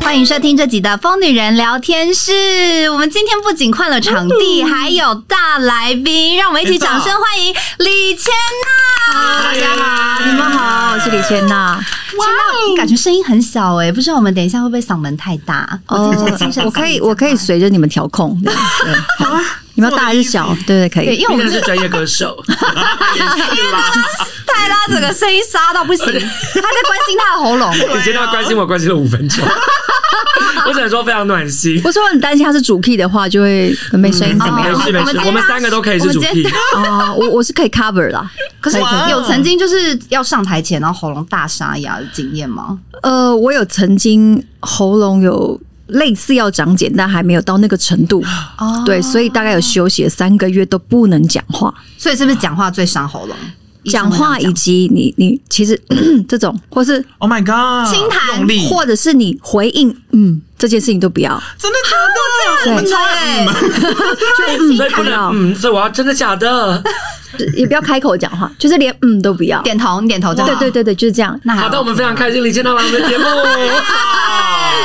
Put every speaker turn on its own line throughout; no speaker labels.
欢迎收听这集的《疯女人聊天室》。我们今天不仅换了场地，
嗯
还有大来宾，让我们一起掌声欢迎李千娜！大家好，你们好，我是李千娜。千娜，感觉声音很小哎、不知道我们等一下会不会嗓门太大？
哦
听一下精神，
我可以，我可以随着你们调控。对，对好啊，你们要大还是小？对对，可
对，
以。
因为我
毕
们
竟
这
是专业歌 手，也是啦。
泰拉整个声音沙到不 行，他在关心他的喉咙。
你今天要关心我，关心了五分钟， 我只能说非常暖心。
我说我很担心他是主 key 的话，就会没声音怎么
没
样？
事没
哦嗯我们今
事，
天
我们三个都可嗯以是主
我们今
key
天。
哦，我我是可以 cover 啦。
可是
哇
有曾经就是要上台前，然后喉咙大沙哑的经验吗？
呃，我有曾经喉咙有类似要长茧，但还没有到那个程度。
哦
对，所以大概有休息了三个月都不能讲话，
所以是不是讲话最伤喉咙？
讲话以及你你其实 这种，或是
Oh my god！
清谈
用
哎
力，
或者是你回应嗯这件事情都不要。
真的假的？
对
我们超
对，
所以不能，嗯，所以我要真的假的？
也不要开口讲话，就是连嗯都不要。
点头，你点头就好。
对对对对，就是这样。
那还
好的，我们非常开心，李健到来我 们的节目。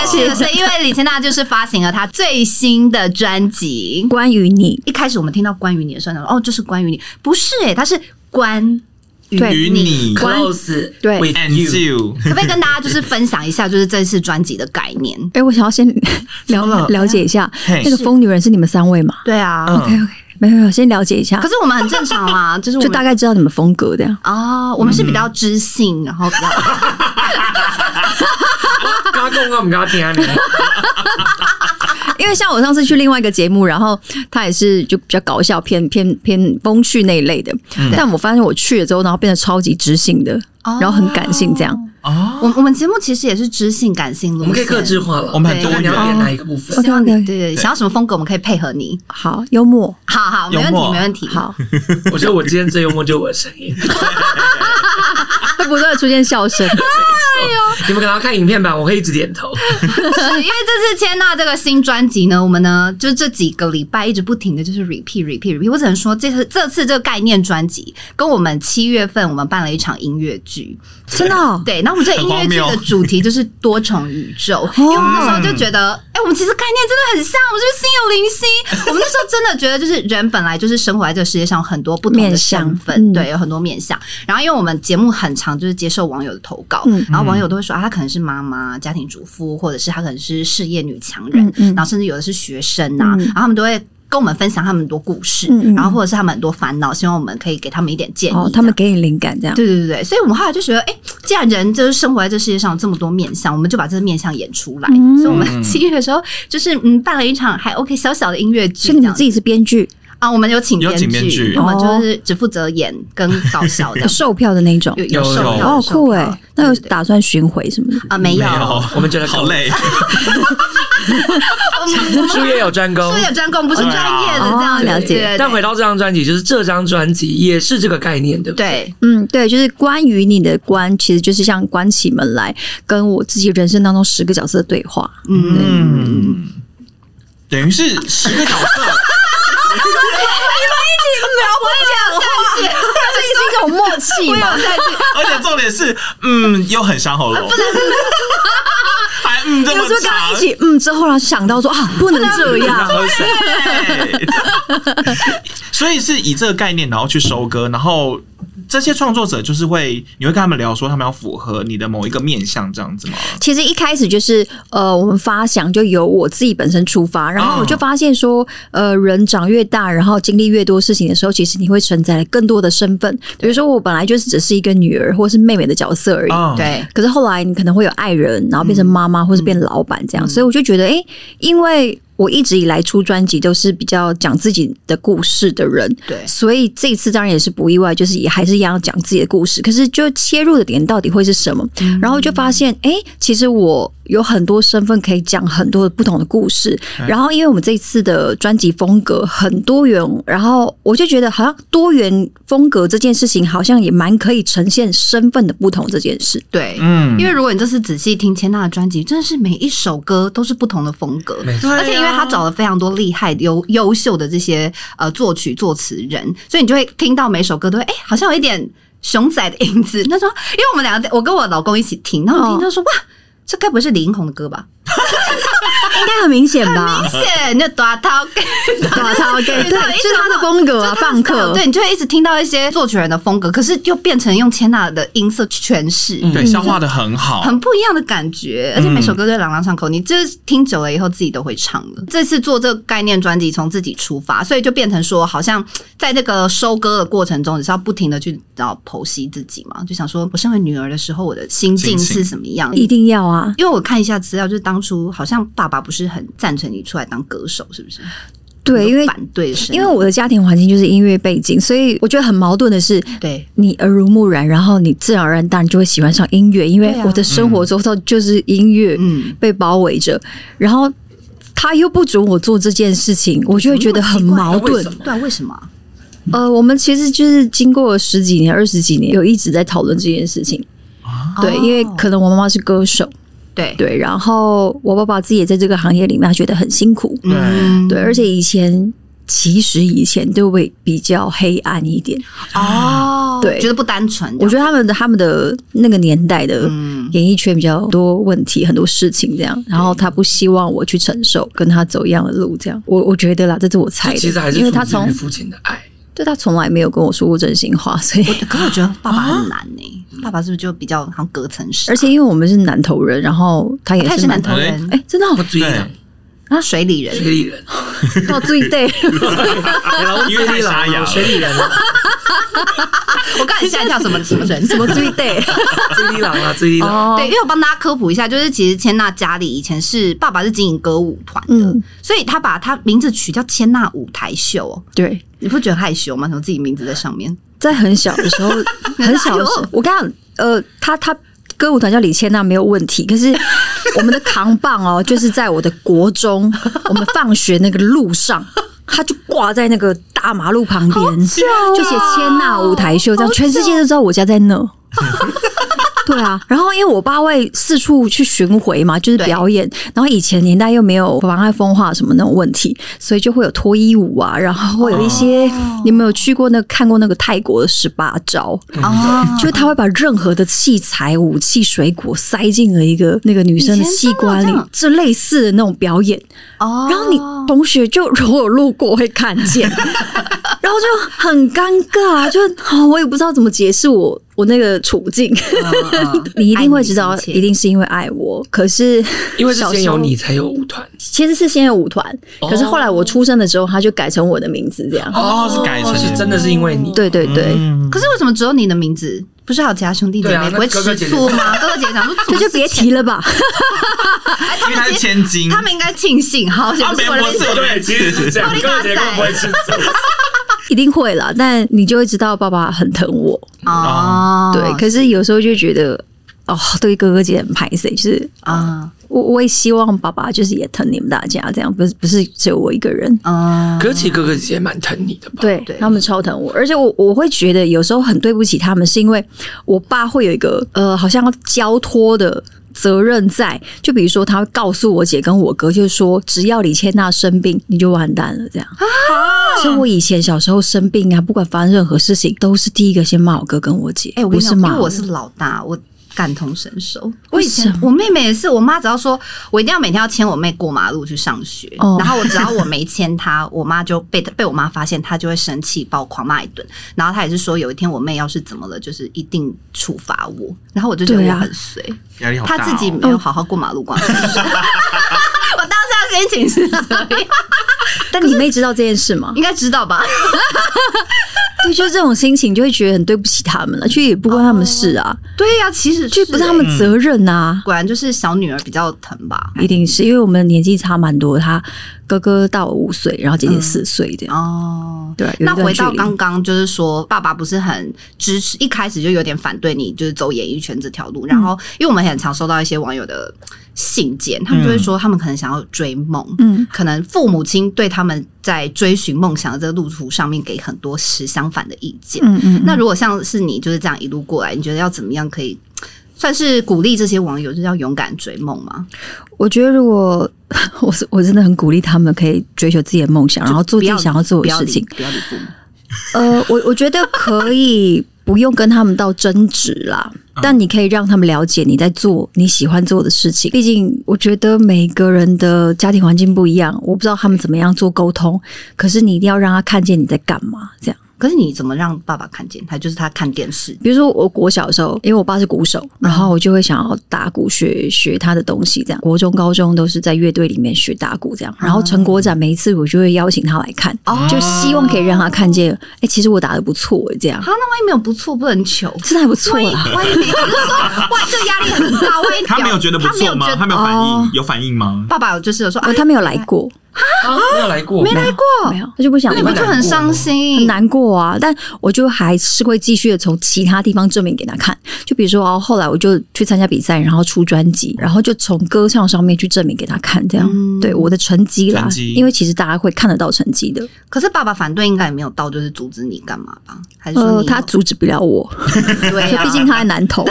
是的，是的因为李千娜就是发行了她最新的专辑。
关于你，
一开始我们听到关于你的时候，想说哦，就是关于你，不是诶、它是 关
对
与你
Close，
对
with
and
you，
you，
可不可以跟大家就是分享一下，就是这次专辑的概念？
哎、我想要先了
怎么了
了解一下，
嘿
那个疯女人是你们三位吗？
对啊，
嗯
OK，没有没有，先了解一下
可，是我们很正常啦，就是我
就
们
大概知道你们风格这样。
啊、我们是比较知性，然后比较
刚刚跟 我们刚刚听啊，你
因为像我上次去另外一个节目，然后他也是就比较搞笑、偏偏偏风趣那一类的，但我发现我去了之后，然后变得超级知性的，
哦
然后很感性这样。
哦，
我我们节目其实也是知性感性路
我
线，
们可以克制化了，
我们很多元
你要演哪一个部 分？
希望你
OK，OK
对对，想要什么风格，我们可以配合你。
好，幽默，
好好，没问
幽
题，
默
没问题。，
好，
我觉得我今天最幽默就是我的声 音。
会不断的出现笑声。
你们可能要看影片版，我可以一直点头。
因为这次千娜这个新专辑呢，我们呢就这几个礼拜一直不停的就是 repeat repeat repeat。我只能说，这次这次这个概念专辑跟我们七月份我们办了一场音乐剧，
真的哦、
对，那我们这个音乐剧
很荒
的
谬
主题就是多重宇宙，
哦
因为我们那时候就觉得，哎、我们其实概念真的很像，我们是不是心有灵犀？ 我们那时候真的觉得，就是人本来就是生活在这个世界上有很多不同的
面向
身份，
嗯
对，有很多面向。然后因为我们节目很长，就是接受网友的投稿，
嗯
然后网友都会说啊，她可能是妈妈、家庭主妇，或者是她可能是事业女强人，
嗯嗯
然后甚至有的是学生啊，
嗯
然后他们都会。跟我们分享他们很多故事，
嗯嗯
然后或者是他们很多烦恼，希望我们可以给他们一点建议这样。
哦，他们给你灵感这样。
对对对对，所以我们后来就觉得，哎、既然人就是生活在这世界上有这么多面相，我们就把这个面相演出来。
嗯
所以我们七月的时候，就是嗯办了一场还 OK 小小的音乐剧
所
这
以你们
样子。
自己是编剧，，
啊，我们有请
有
编
请编剧
我们就是只负责演跟搞笑的
售票的那种。
有有
有
售票
有
哦，
有售
酷
票
哎，那有
对对对
打算巡回什么的？
啊没有，
我们觉得
好累，
我们
术业有专攻
术。业专攻不是专业的这样子
哦了解
对对对
但回到这张专辑，就是这张专辑也是这个概念，对不对？
对
嗯，对，就是关于你的关，其实就是像关起门来跟我自己人生当中十个角色的对话。
嗯。
嗯，等于是十个角色，
我有下去，
这也是一种默契
我有
嘛。
下去，
而且重点是， 嗯，又很伤喉
啊
咙， 还嗯 这
有
么
时候跟他一
长，
起，嗯，之后呢想到说啊，不能 这
想
样，
喝水。所以是以这个概念，然后去收割，然后这些创作者就是会，你会跟他们聊说，他们要符合你的某一个面向，这样子吗？
其实一开始就是呃，我们发想就由我自己本身出发，然后我就发现说，呃，人长越大，然后经历越多事情的时候，其实你会承载了更多的身份。比如说，我本来就是只是一个女儿或是妹妹的角色而已，
啊，
对，嗯
可是后来你可能会有爱人，然后变成妈妈或是变老板这样，所以我就觉得，诶，因为我一直以来出专辑都是比较讲自己的故事的人，
对
所以这一次当然也是不意外，就是也还是一样要讲自己的故事，可是就切入的点到底会是什么？
嗯
然后就发现，诶，其实我有很多身份可以讲很多不同的故事，
哎
然后因为我们这一次的专辑风格很多元，然后我就觉得好像多元风格这件事情好像也蛮可以呈现身份的不同这件事。
对，
嗯
因为如果你这次仔细听千娜的专辑，真的是每一首歌都是不同的风格，
没
哎
错
而且因为她找了非常多厉害、优优秀的这些呃作曲作词人，所以你就会听到每首歌都会哎、好像有一点熊仔的影子。那时候，因为我们两个，我跟我老公一起听，然后我听
哦
他说、哇，这该不会是李英红的歌吧？
应该很明显吧？
显就短涛，
大涛给对，
对一直
就是他的风格啊，放克。
对，你就会一直听到一些作曲人的风格，可是又变成用千娜的音色去诠释。
对，消化的很好。
嗯很不一样的感觉，而且每首歌都朗朗上口，你就是听久了以后自己都会唱了。这次做这个概念专辑，从自己出发，所以就变成说，好像在这个收歌的过程中，你是要不停的去找剖析自己嘛，就想说，我身为女儿的时候，我的心境
心
是
情
什么样？
一定要啊！
因为我看一下资料，就是当初好像爸爸不是很赞成你出来当歌手，是不是？
对，因为
有反对的声音，
因为我的家庭环境就是音乐背景，所以我觉得很矛盾的是，
对
你耳濡目染，然后你自然而然当然就会喜欢上音乐，因为
对啊
我的生活周遭就是音乐
嗯
被包围着，然后他又不准我做这件事情，我就会觉得很矛
为
盾
什。么
对啊，为什么啊？
呃，我们其实就是经过十几年、二十几年，有一直在讨论这件事情。对，
哦
因为可能我妈妈是歌手，
对
对，然后我爸爸自己也在这个行业里面，他觉得很辛苦，
嗯
对，而且以前其实以前都会比较黑暗一点，
嗯哦，
对
觉得不单纯，
我觉得他们的他们的那个年代的
嗯
演艺圈比较多问题，很多事情这样，然后他不希望我去承受跟他走一样的路，这样，我我觉得啦，这是我猜
这
的，
其实还是
因为他
出自于
从
肤浅的爱，
对他从来没有跟我说过真心话，所以。
欸可是我觉得爸爸很难呢、爸爸是不是就比较好像隔层纱？
而且因为我们是南投人，然后他也
他也
是
是南投
哎
人，
哎、真的好哦
我追
对
人，
他水里人
追里人，
到 最对，
因为太
啊
沙哑了
水里人，
我刚才吓一跳，什么什么人？
什么最对？
追里郎啊，追里郎，
哦
对，因为我帮大家科普一下，就是其实千娜家里以前是爸爸是经营歌舞团的，
嗯
所以他把他名字取叫千娜舞台秀哦。
对，
你不觉得害羞吗？什么自己名字在上面？
在很小的时候，很小的时候，我跟你讲，呃，他他歌舞团叫李千娜没有问题，可是我们的扛棒哦，就是在我的国中，我们放学那个路上。他就挂在那个大马路旁边，就写千娜舞台秀，这样全世界都知道我家在那。对啊，然后因为我爸会四处去巡回嘛，就是
对
表演。然后以前年代又没有妨碍风化什么那种问题，所以就会有脱衣舞啊，然后会有一些、你们有去过那看过那个泰国的十八招，
哦，
就是他会把任何的器材、武器、水果塞进了一个那个女生的器官
以前真的有这
里
样，
这类似的那种表演。
哦
然后你同学就如果有路过会看 见，然后就很尴尬，就、哦、我也不知道怎么解释我我那个处境。
嗯
你一定会知道，一定是因为爱我。可是
因为是
小时
先
候
有你才有舞团，
其实是先有舞团，可是后来我出生的时候，他就改成我的名字这样。
哦，是改成
哦是真的是因为 你，
对对对，
嗯
可是为什么只有你的名字？不是还有其他兄弟姐
对啊
妹不会
那哥哥
吃
姐姐
醋吗？哥哥姐姐想说，
这就别提 了吧。
哎，他
因为他
们
是
今天
千金，
他们应该庆幸，好险
啊
不是
没
我的
不
名字
是我的名字，
我的
根本结果不会吃醋，
一定会啦，但你就会知道爸爸很疼我。
哦，
对，可是有时候就觉得，哦，对哥哥姐很排斥，就是
啊
我我也希望爸爸就是也疼你们大家，这样不是不是只有我一个人。
啊，
可是其实哥哥姐姐蛮疼你的吧？
对
对
他们超疼我，而且我我会觉得有时候很对不起他们，是因为我爸会有一个呃，好像要交托的责任在。就比如说，他会告诉我姐跟我哥，就是说，只要李千娜生病，你就完蛋了这样。
啊
所以我以前小时候生病啊，不管发生任何事情，都是第一个先骂我哥跟我姐，
哎、我跟你
不是
讲，因
骂
为我
我
是老大，我感同身受。我
为
以
什么
前我妹妹也是，我妈只要说我一定要每天要牵我妹过马路去上学，
哦
然后我只要我没牵她，我妈就被被我妈发现，她就会生气，把我狂骂一顿。然后她也是说，有一天我妹要是怎么了，就是一定处罚我。然后我就觉得
对
我
啊
很随，
压力好大
她
哦。
自己没有好好过马路逛。我当
哦
下心情是怎么样？
但你妹知道这件事吗？
应该知道吧？
对，就是这种心情，就会觉得很对不起他们了，就也不关他们事啊，
对呀、其实
就不是他
哦
们责任啊。
果然就是小女儿比较疼吧？
一定是因为我们年纪差蛮多，他哥哥大我五岁，然后姐姐四岁这样。
哦，
对啊，
嗯
有
那
一段
回
距
到
离
刚刚，就是说爸爸不是很支持，一开始就有点反对你就是走演艺圈这条
嗯
路。然后，因为我们很常收到一些网友的信件，他们就会说他们可能想要追梦，
嗯，
可能父母亲对他们在追寻梦想的这个路途上面给很多持相反的意见。
嗯嗯，
那如果像是你就是这样一路过来，你觉得要怎么样可以算是鼓励这些网友，就是要勇敢追梦吗？
我觉得如果 我是我真的很鼓励他们可以追求自己的梦想，然后做
不
自己
要
想要做
不
的
要
事
理
情。
不要理父母。
呃，我我觉得可以不用跟他们到争执啦，
嗯
但你可以让他们了解你在做你喜欢做的事情。毕竟，我觉得每个人的家庭环境不一样，我不知道他们怎么样做沟通，可是你一定要让他看见你在干嘛，这样。
可是你怎么让爸爸看见？他就是他看电视，
比如说我国小的时候，因为我爸是鼓手，
嗯
然后我就会想要打鼓学学他的东西，这样。国中、高中都是在乐队里面学打鼓这样。
啊
然后成果展每一次我就会邀请他来看，就希望可以让他看见，哎、其实我打的不错，这样
他那万一没有不错，不能求。
真的还不错
万一
啦。
万一没，就是说，万一这个压力很大，万一
他没有觉得不错吗？他
他没有觉得
没有反
哦
应，有反应吗？
爸爸有就是有说，
哦，
啊，
他没有来过，
啊，没有来过，
没来过
哦没，有，他就不想
那你
来
不，就很伤心？
很难过啊。但我就还是会继续的从其他地方证明给他看，就比如说哦，后来我就去参加比赛，然后出专辑，然后就从歌唱上面去证明给他看，这样、
嗯
对我的成绩啦
成。绩
因为其实大家会看得到成绩的，
可是爸爸反对应该也没有到，就是阻止你干嘛吧？还是说
呃，
你
他阻止不了我，
嗯 对啊？
毕竟他在南 投。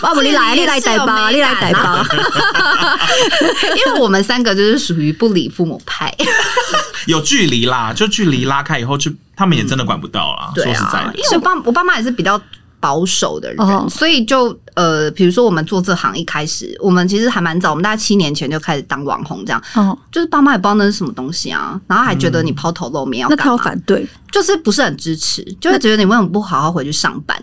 爸爸，你来，你来逮吧，你
啊
来逮吧。
因为我们三个就是属于不理父母 派，
有距离啦，就距离拉开以后，就他们也真的管不到啦。
对
说实在
啊，
的
因，为我爸我爸妈也是比较保守的人，
哦
所以就呃，比如说我们做这行一开始，我们其实还蛮早，我们大概七年前就开始当网红，这样
哦，
就是爸妈也不知道那是什么东西啊，然后还觉得你抛头露面要
那
干
他
嘛
要反 对，
就是不是很支持，就会觉得你为什么不好好回去上班？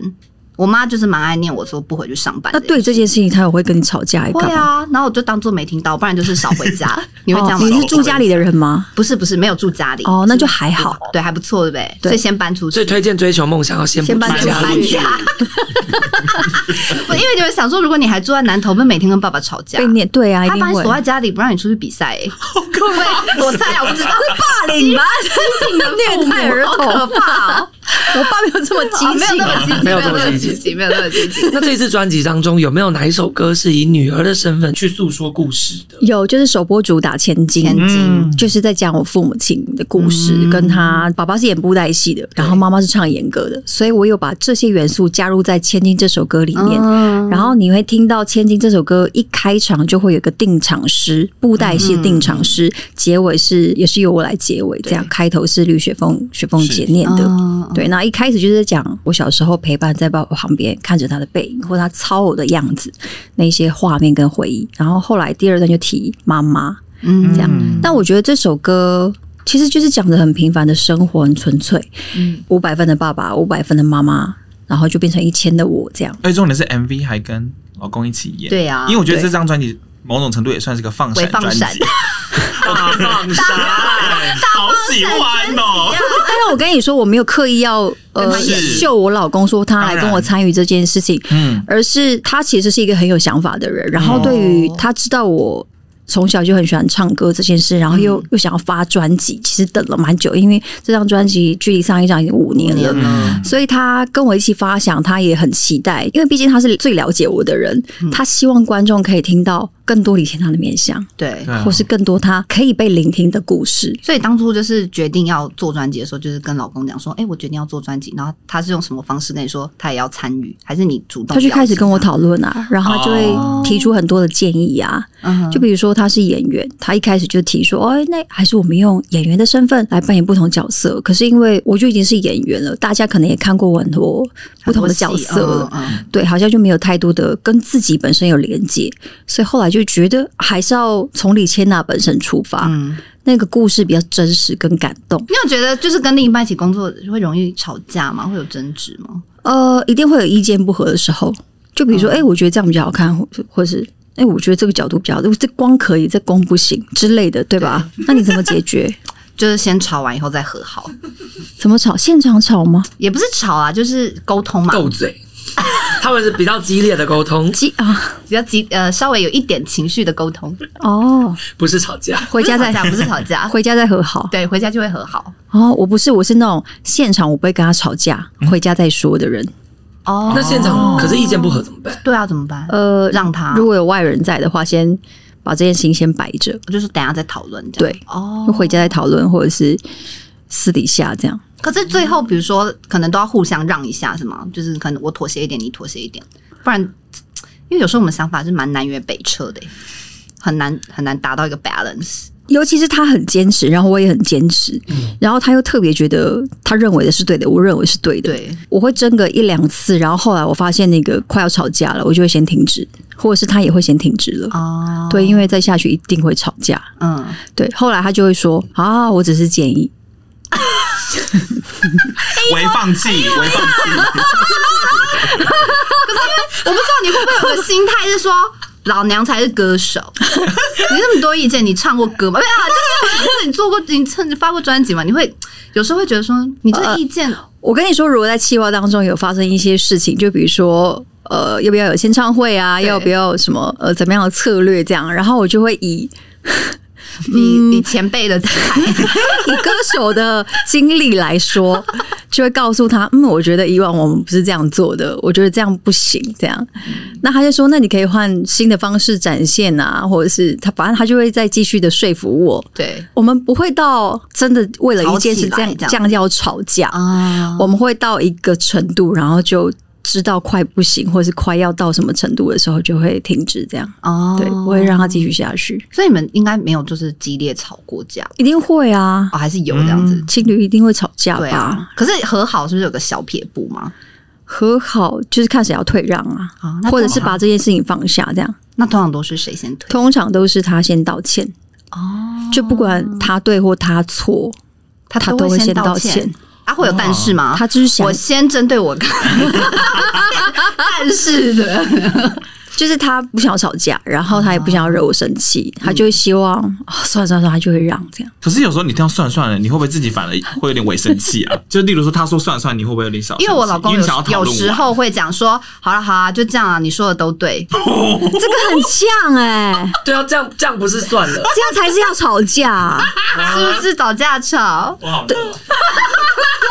我妈就是蛮爱念我说不回去上班
那
的。
对这件事情他也会跟你吵架，也
会
干嘛？
啊，然后我就当做没听到，不然就是少回 家。你会这样吗？
哦你是住家里的人吗？
不是不是没有住家里
哦那就还好，
是对还不错对不对？
对
所以先搬出去，
所以推荐追求梦想要先
先
不
搬
搬
出
家
去
里，
家。我 因为你们想说，如果你还住在南投，不每天跟爸爸吵架
被，念对啊，一
他
定
把你
会
锁在家里，不让你出去比赛、 欸，好可怕！我猜啊，我不知道，
霸凌吧， 虐待儿
好
童，
可怕、哦，
我爸没有这么激
啊没有
进
那么积极，
没
那
有这么
么
积极
积极，没有那么积极。
那这次专辑当中有没有哪一首歌是以女儿的身份去诉说故事 的？
有就是首播主打《千金》，
千金
嗯
就是在讲我父母亲的故事，跟他爸爸是演布袋戏的，然后妈妈是唱演歌的，所以我有把这些元素加入在《千金》这首歌里面。
嗯
然后你会听到《千金》这首歌一开场就会有一个定场诗，布袋戏的定场诗，结尾是也是由我来结尾，这样开头是吕雪凤雪凤姐念的。
嗯
对，那一开始就是在讲我小时候陪伴在爸爸旁边，看着他的背影或他操我的样子，那些画面跟回忆。然后后来第二段就提妈妈，
嗯，
这样。但我觉得这首歌其实就是讲的很平凡的生活，很纯粹。五百分的爸爸，五百分的妈妈，然后就变成一千的我这样。
而且重点是 MV 还跟老公一起演，
对啊
因为我觉得这张专辑某种程度也算是个放
为
闪
放
专
闪
辑，啊
大放闪，
啊
好喜欢哦！
但是我跟你说，我没有刻意要呃
是
秀我老公说他来跟我参与这件事情，
嗯，
而是他其实是一个很有想法的人，然后对于他知道我。从小就很喜欢唱歌这件事，然后又、又想要发专辑，其实等了蛮久，因为这张专辑距离上一张已经五年了，
嗯
嗯
所以他跟我一起发想，他也很期待，因为毕竟他是最了解我的人，他希望观众可以听到更多李天堂的面相，
对。
对啊
或是更多他可以被聆听的故事。
所以当初就是决定要做专辑的时候，就是跟老公讲说：“哎、我决定要做专辑。”然后他是用什么方式跟你说他也要参与，还是你主动？
他就开始跟我，讨论啊，然后他就会提出很多的建议啊。
嗯哼
就比如说他是演员，他一开始就提说，哦，那还是我们用演员的身份来扮演不同角色。可是因为我就已经是演员了，大家可能也看过我很多不同的角色了，
很多戏嗯嗯
对，好像就没有太多的跟自己本身有连接，所以后来就觉得还是要从李千娜本身出发，
嗯
那个故事比较真实跟感动。
你有觉得就是跟另一半一起工作会容易吵架吗？会有争执吗？
呃，一定会有意见不合的时候，就比如说，
嗯
哎、我觉得这样比较好看，或或是。哎、我觉得这个角度比较，这光可以，这光不行之类的，对吧？那你怎么解决？
就是先吵完以后再和 好，
怎么吵？现场吵吗？
也不是吵啊，就是沟通嘛，
斗嘴。他们是比较激烈的沟通，
鸡啊，
比较急呃，稍微有一点情绪的沟通。
哦，
不是吵架。
回家
不
再
是吵架 不是吵架，
回家再和好。
对，回家就会和好。
哦，我不是，我是那种现场我不会跟他吵架，回家再说的人。
哦
那现场可是意见不合怎么办？
对啊，怎么办？
呃，
让他
如果有外人在的话，先把这件事情先摆着，
我就是等一下再讨论这样。
对，
哦，
就回家再讨论，或者是私底下这样。
可是最后，比如说，可能都要互相让一下，是吗？就是可能我妥协一点，你妥协一点，不然，欸因为有时候我们想法是蛮南辕北辙的，很难很难达到一个 balance。
尤其是他很坚持，然后我也很坚持，然后他又特别觉得他认为的是对的，我认为是对的。
对，
我会争个一两次，然后后来我发现那个快要吵架了，我就会先停止，或者是他也会先停止了。
哦，
对，，因为再下去一定会吵架。
嗯，
对，后来他就会说啊，我只是建议。
为放弃，
啊
为放弃，
我不知道你会不会有个心态是说。 老娘才是歌手，你那么多意见，你唱过歌吗？没有、啊，就是我的意思是你做过，你唱你发过专辑嘛？你会有时候会觉得说，你这个意见，
我跟你说，如果在企划当中有发生一些事情，就比如说。呃，要不要有签唱会啊？
对
要不要有什么呃怎么样的策略这样？然后我就会以
你你前辈的姿态，
以歌手的经历来说，就会告诉他，嗯，我觉得以往我们不是这样做的，我觉得这样不行，这样。那他就说，那你可以换新的方式展现啊，或者是他，反正他就会再继续的说服我。
对
我们不会到真的为了一件事
吵起
这
来
样
这样
这样要吵架，
啊，
我们会到一个程度，然后就知道快不行，或是快要到什么程度的时候，就会停止这样。
哦
对，不会让它继续下去，
所以你们应该没有就是激烈吵过架
一定会啊
哦，，还是有这样子，
情侣一定会吵架
对
吧？
啊。可是和好是不是有个小撇步嘛？
和好就是看谁要退让啊，
啊，那
或者
通
是把这件事情放下，这样
那通常都是谁先退？
通常都是他先道歉，
哦，
就不管他对或他错，
他
他
都
都
会
会
先
先
道
道
歉
歉，
啊，会有但是吗？
他就是想
我，先针对我，但是的，
就是他不想吵架，然后他也不想要惹我生气，他就会希望啊算了算了，他就会让这 样。
可是有时候你这样算算了，你会不会自己反而会有点伪生气 啊？就例如说，他说算算，你会不会有点小生气？
因为我老公
因
有
为想要讨
有
论
时
完
候会讲说，好了好了，就这样啊，你说的都对，
这个很像哎、
对啊，这样这样不是算了？
这样才是要吵架、
是不是吵架吵？
我好累哦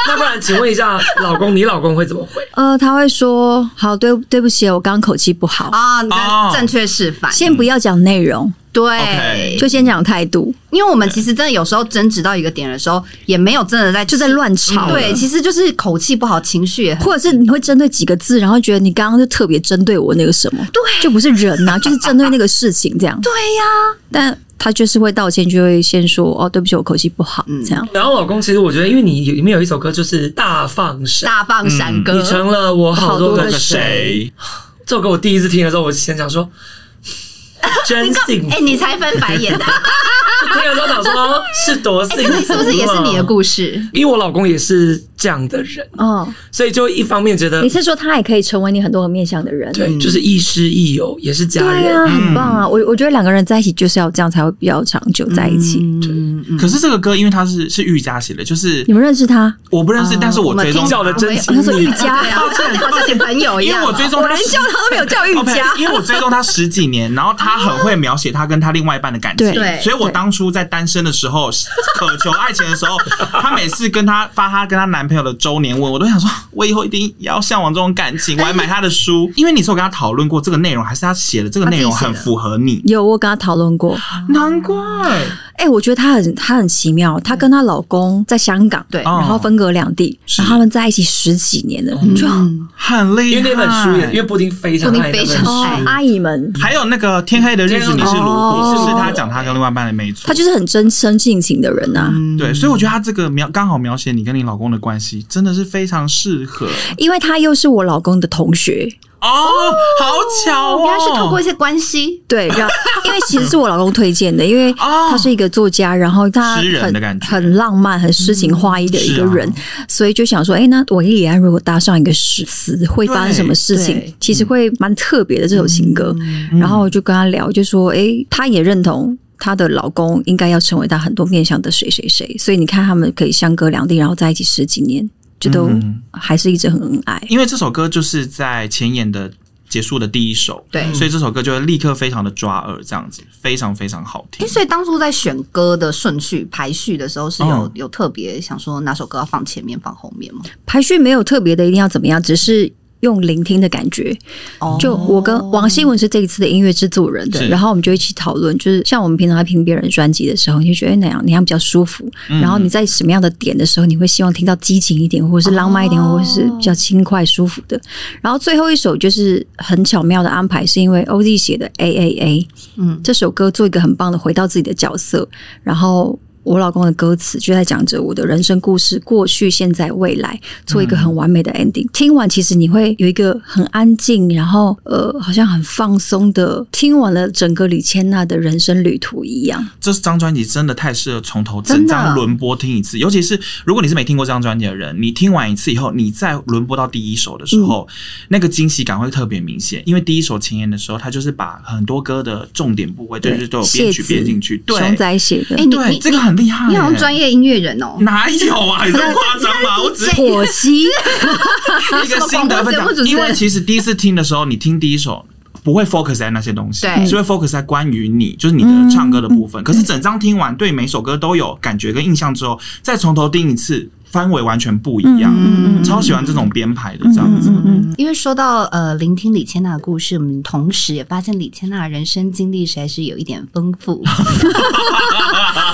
那不然请问一下，老公，你老公会怎么回？
呃，他会说：“好，对对不起，我刚口气不好，
啊，你
哦
的正确示范，
先不要讲内容，
对
OK，
就先讲态度。
因为我们其实真的有时候争执到一个点的时候，也没有真的在嗯
就在乱吵了
对，其实就是口气不好，情绪也很
或者是你会针对几个字，然后觉得你刚刚就特别针对我那个什么，对，就不是人 呐、就是针对那个事情这样。对呀、但他就是会道歉，就会先说哦，对不起，我口气不好，这样。
然后老公，其实我觉得，因为你有里面有一首歌就是《大放闪》，
大放闪歌
嗯
你。成了我好多
好
个
多
那
个
个
谁。
谁，
这首歌我第一次听的时候，我先 想说，真幸福。
哎、你才翻白 眼的，哎
听了之后想说，是多幸福、
这是不是也是你的
事？
故事？
因为我老公也是这样的人，
哦，
所以就一方面觉得
你是说他也可以成为你很多个面向的人？
嗯
对，就是亦师亦友，也是家
对
人。
啊，很棒啊啊！我我觉得两个人在一起就是要这样才会比较长久在一起。
嗯，嗯
可是这个歌因为它是是瑜伽写的，就是
你们认识他？
我不认识，但是嗯我追
听
踪
到了真情
他说
意
瑜，伽
对啊，好像你朋友一
因为
样、
我追踪他十
他都没有叫瑜
OK，因为我追踪他十几年，然后他很会描写他跟他另外一半的感情，
对
所以我当初在单身的时候，渴求爱情的时候，她每次跟他发她跟她男朋友的周年文，我都想说，我以后一定也要向往这种感情。我还买她的书，因为你是有跟他讨论过这个内容，还是他写的这个内容
她自己
很
写的
符合你？
有我跟他讨论过，
难怪，
哎、我觉得她很她很奇妙，她跟她老公在香港，
对
然后分隔两地，
哦是
然后他们在一起十几年了，就
很厉
因
害。
为那本书也，因为布丁非常爱那本
布丁非
书
常，
哦
哎，
阿姨们，
还有那个天黑的日子，你是卢
哦
虎，是不是他讲他跟另外一半的没错
她？就是很真真性情的人呐、啊
对，所以我觉得他这个描刚好描写你跟你老公的关系，真的是非常适合
因为她又是我老公的同学，
哦，好巧哦，
原来是透过一些关系，
对，让因为其实是我老公推荐的，因为
哦
他是一个作家，然后他
诗人的感
很
觉嗯啊
很浪漫、很诗情画意的一个人，所以就想说，哎、那我李安如果搭上一个诗词，会发生什么事情
对？
其实会蛮特别的
嗯
这首情歌。然后我就跟他聊，就说，哎、他也认同。她的老公应该要成为她很多面向的谁谁谁，所以你看他们可以相隔两地，然后在一起十几年，就都
嗯
还是一直很恩爱。
因为这首歌就是在前演的结束的第一首，
对
所以这首歌就会立刻非常的抓耳，这样子非常非常好
哎、
听。
所以当初在选歌的顺序排序的时候，是有、
嗯
有特别想说哪首歌要放前面，放后面吗？
排序没有特别的一定要怎么样，只是用聆听的感觉。
哦
就我跟王希文是这一次的音乐制作人，
是
对，然后我们就一起讨论，就是像我们平常在听别人专辑的时候，你就觉得哎哪样哪样比较舒服，然后你在什么样的点的时候，你会希望听到激情一点，或者是浪漫一点，或者是比较轻快舒服的。然后最后一首就是很巧妙的安排，是因为 OZ 写的 A A A，嗯，这首歌做一个很棒的回到自己的角色，然后。我老公的歌词就在讲着我的人生故事，过去、现在、未来，做一个很完美
嗯
的 ending。听完，其实你会有一个很安静，然后呃，好像很放松的，听完了整个李千娜的人生旅途一样。
这张专辑真的太适合从头
真
整
的
张轮播听一次，尤其是如果你是没听过这张专辑的人，你听完一次以后，你再轮播到第一首的时候，
嗯
那个惊喜感会特别明显。因为第一首《前言》的时候，它就是把很多歌的重点部位，就是都有编
谢
曲
词
编进去。对，
熊仔写的
哎，你
对，
你
这个很厉害、
你好像专业音乐人哦，
哪有啊？你这么夸张吗？我只是
妥 协，
一个心 得分
什么广播节目主
享，
持人
因为其实第一次听的时候，你听第一首。不会 focus 在那些东西，
对嗯
是会 focus 在关于你，就是你的唱歌的部分。可是整张听完，对每首歌都有感觉跟印象之后，再从头听一次，氛围完全不一
嗯
样。超喜欢这种编排的这样子。
因为说到呃，聆听李千娜的故事，我们同时也发现李千娜的人生经历实在是有一点丰富。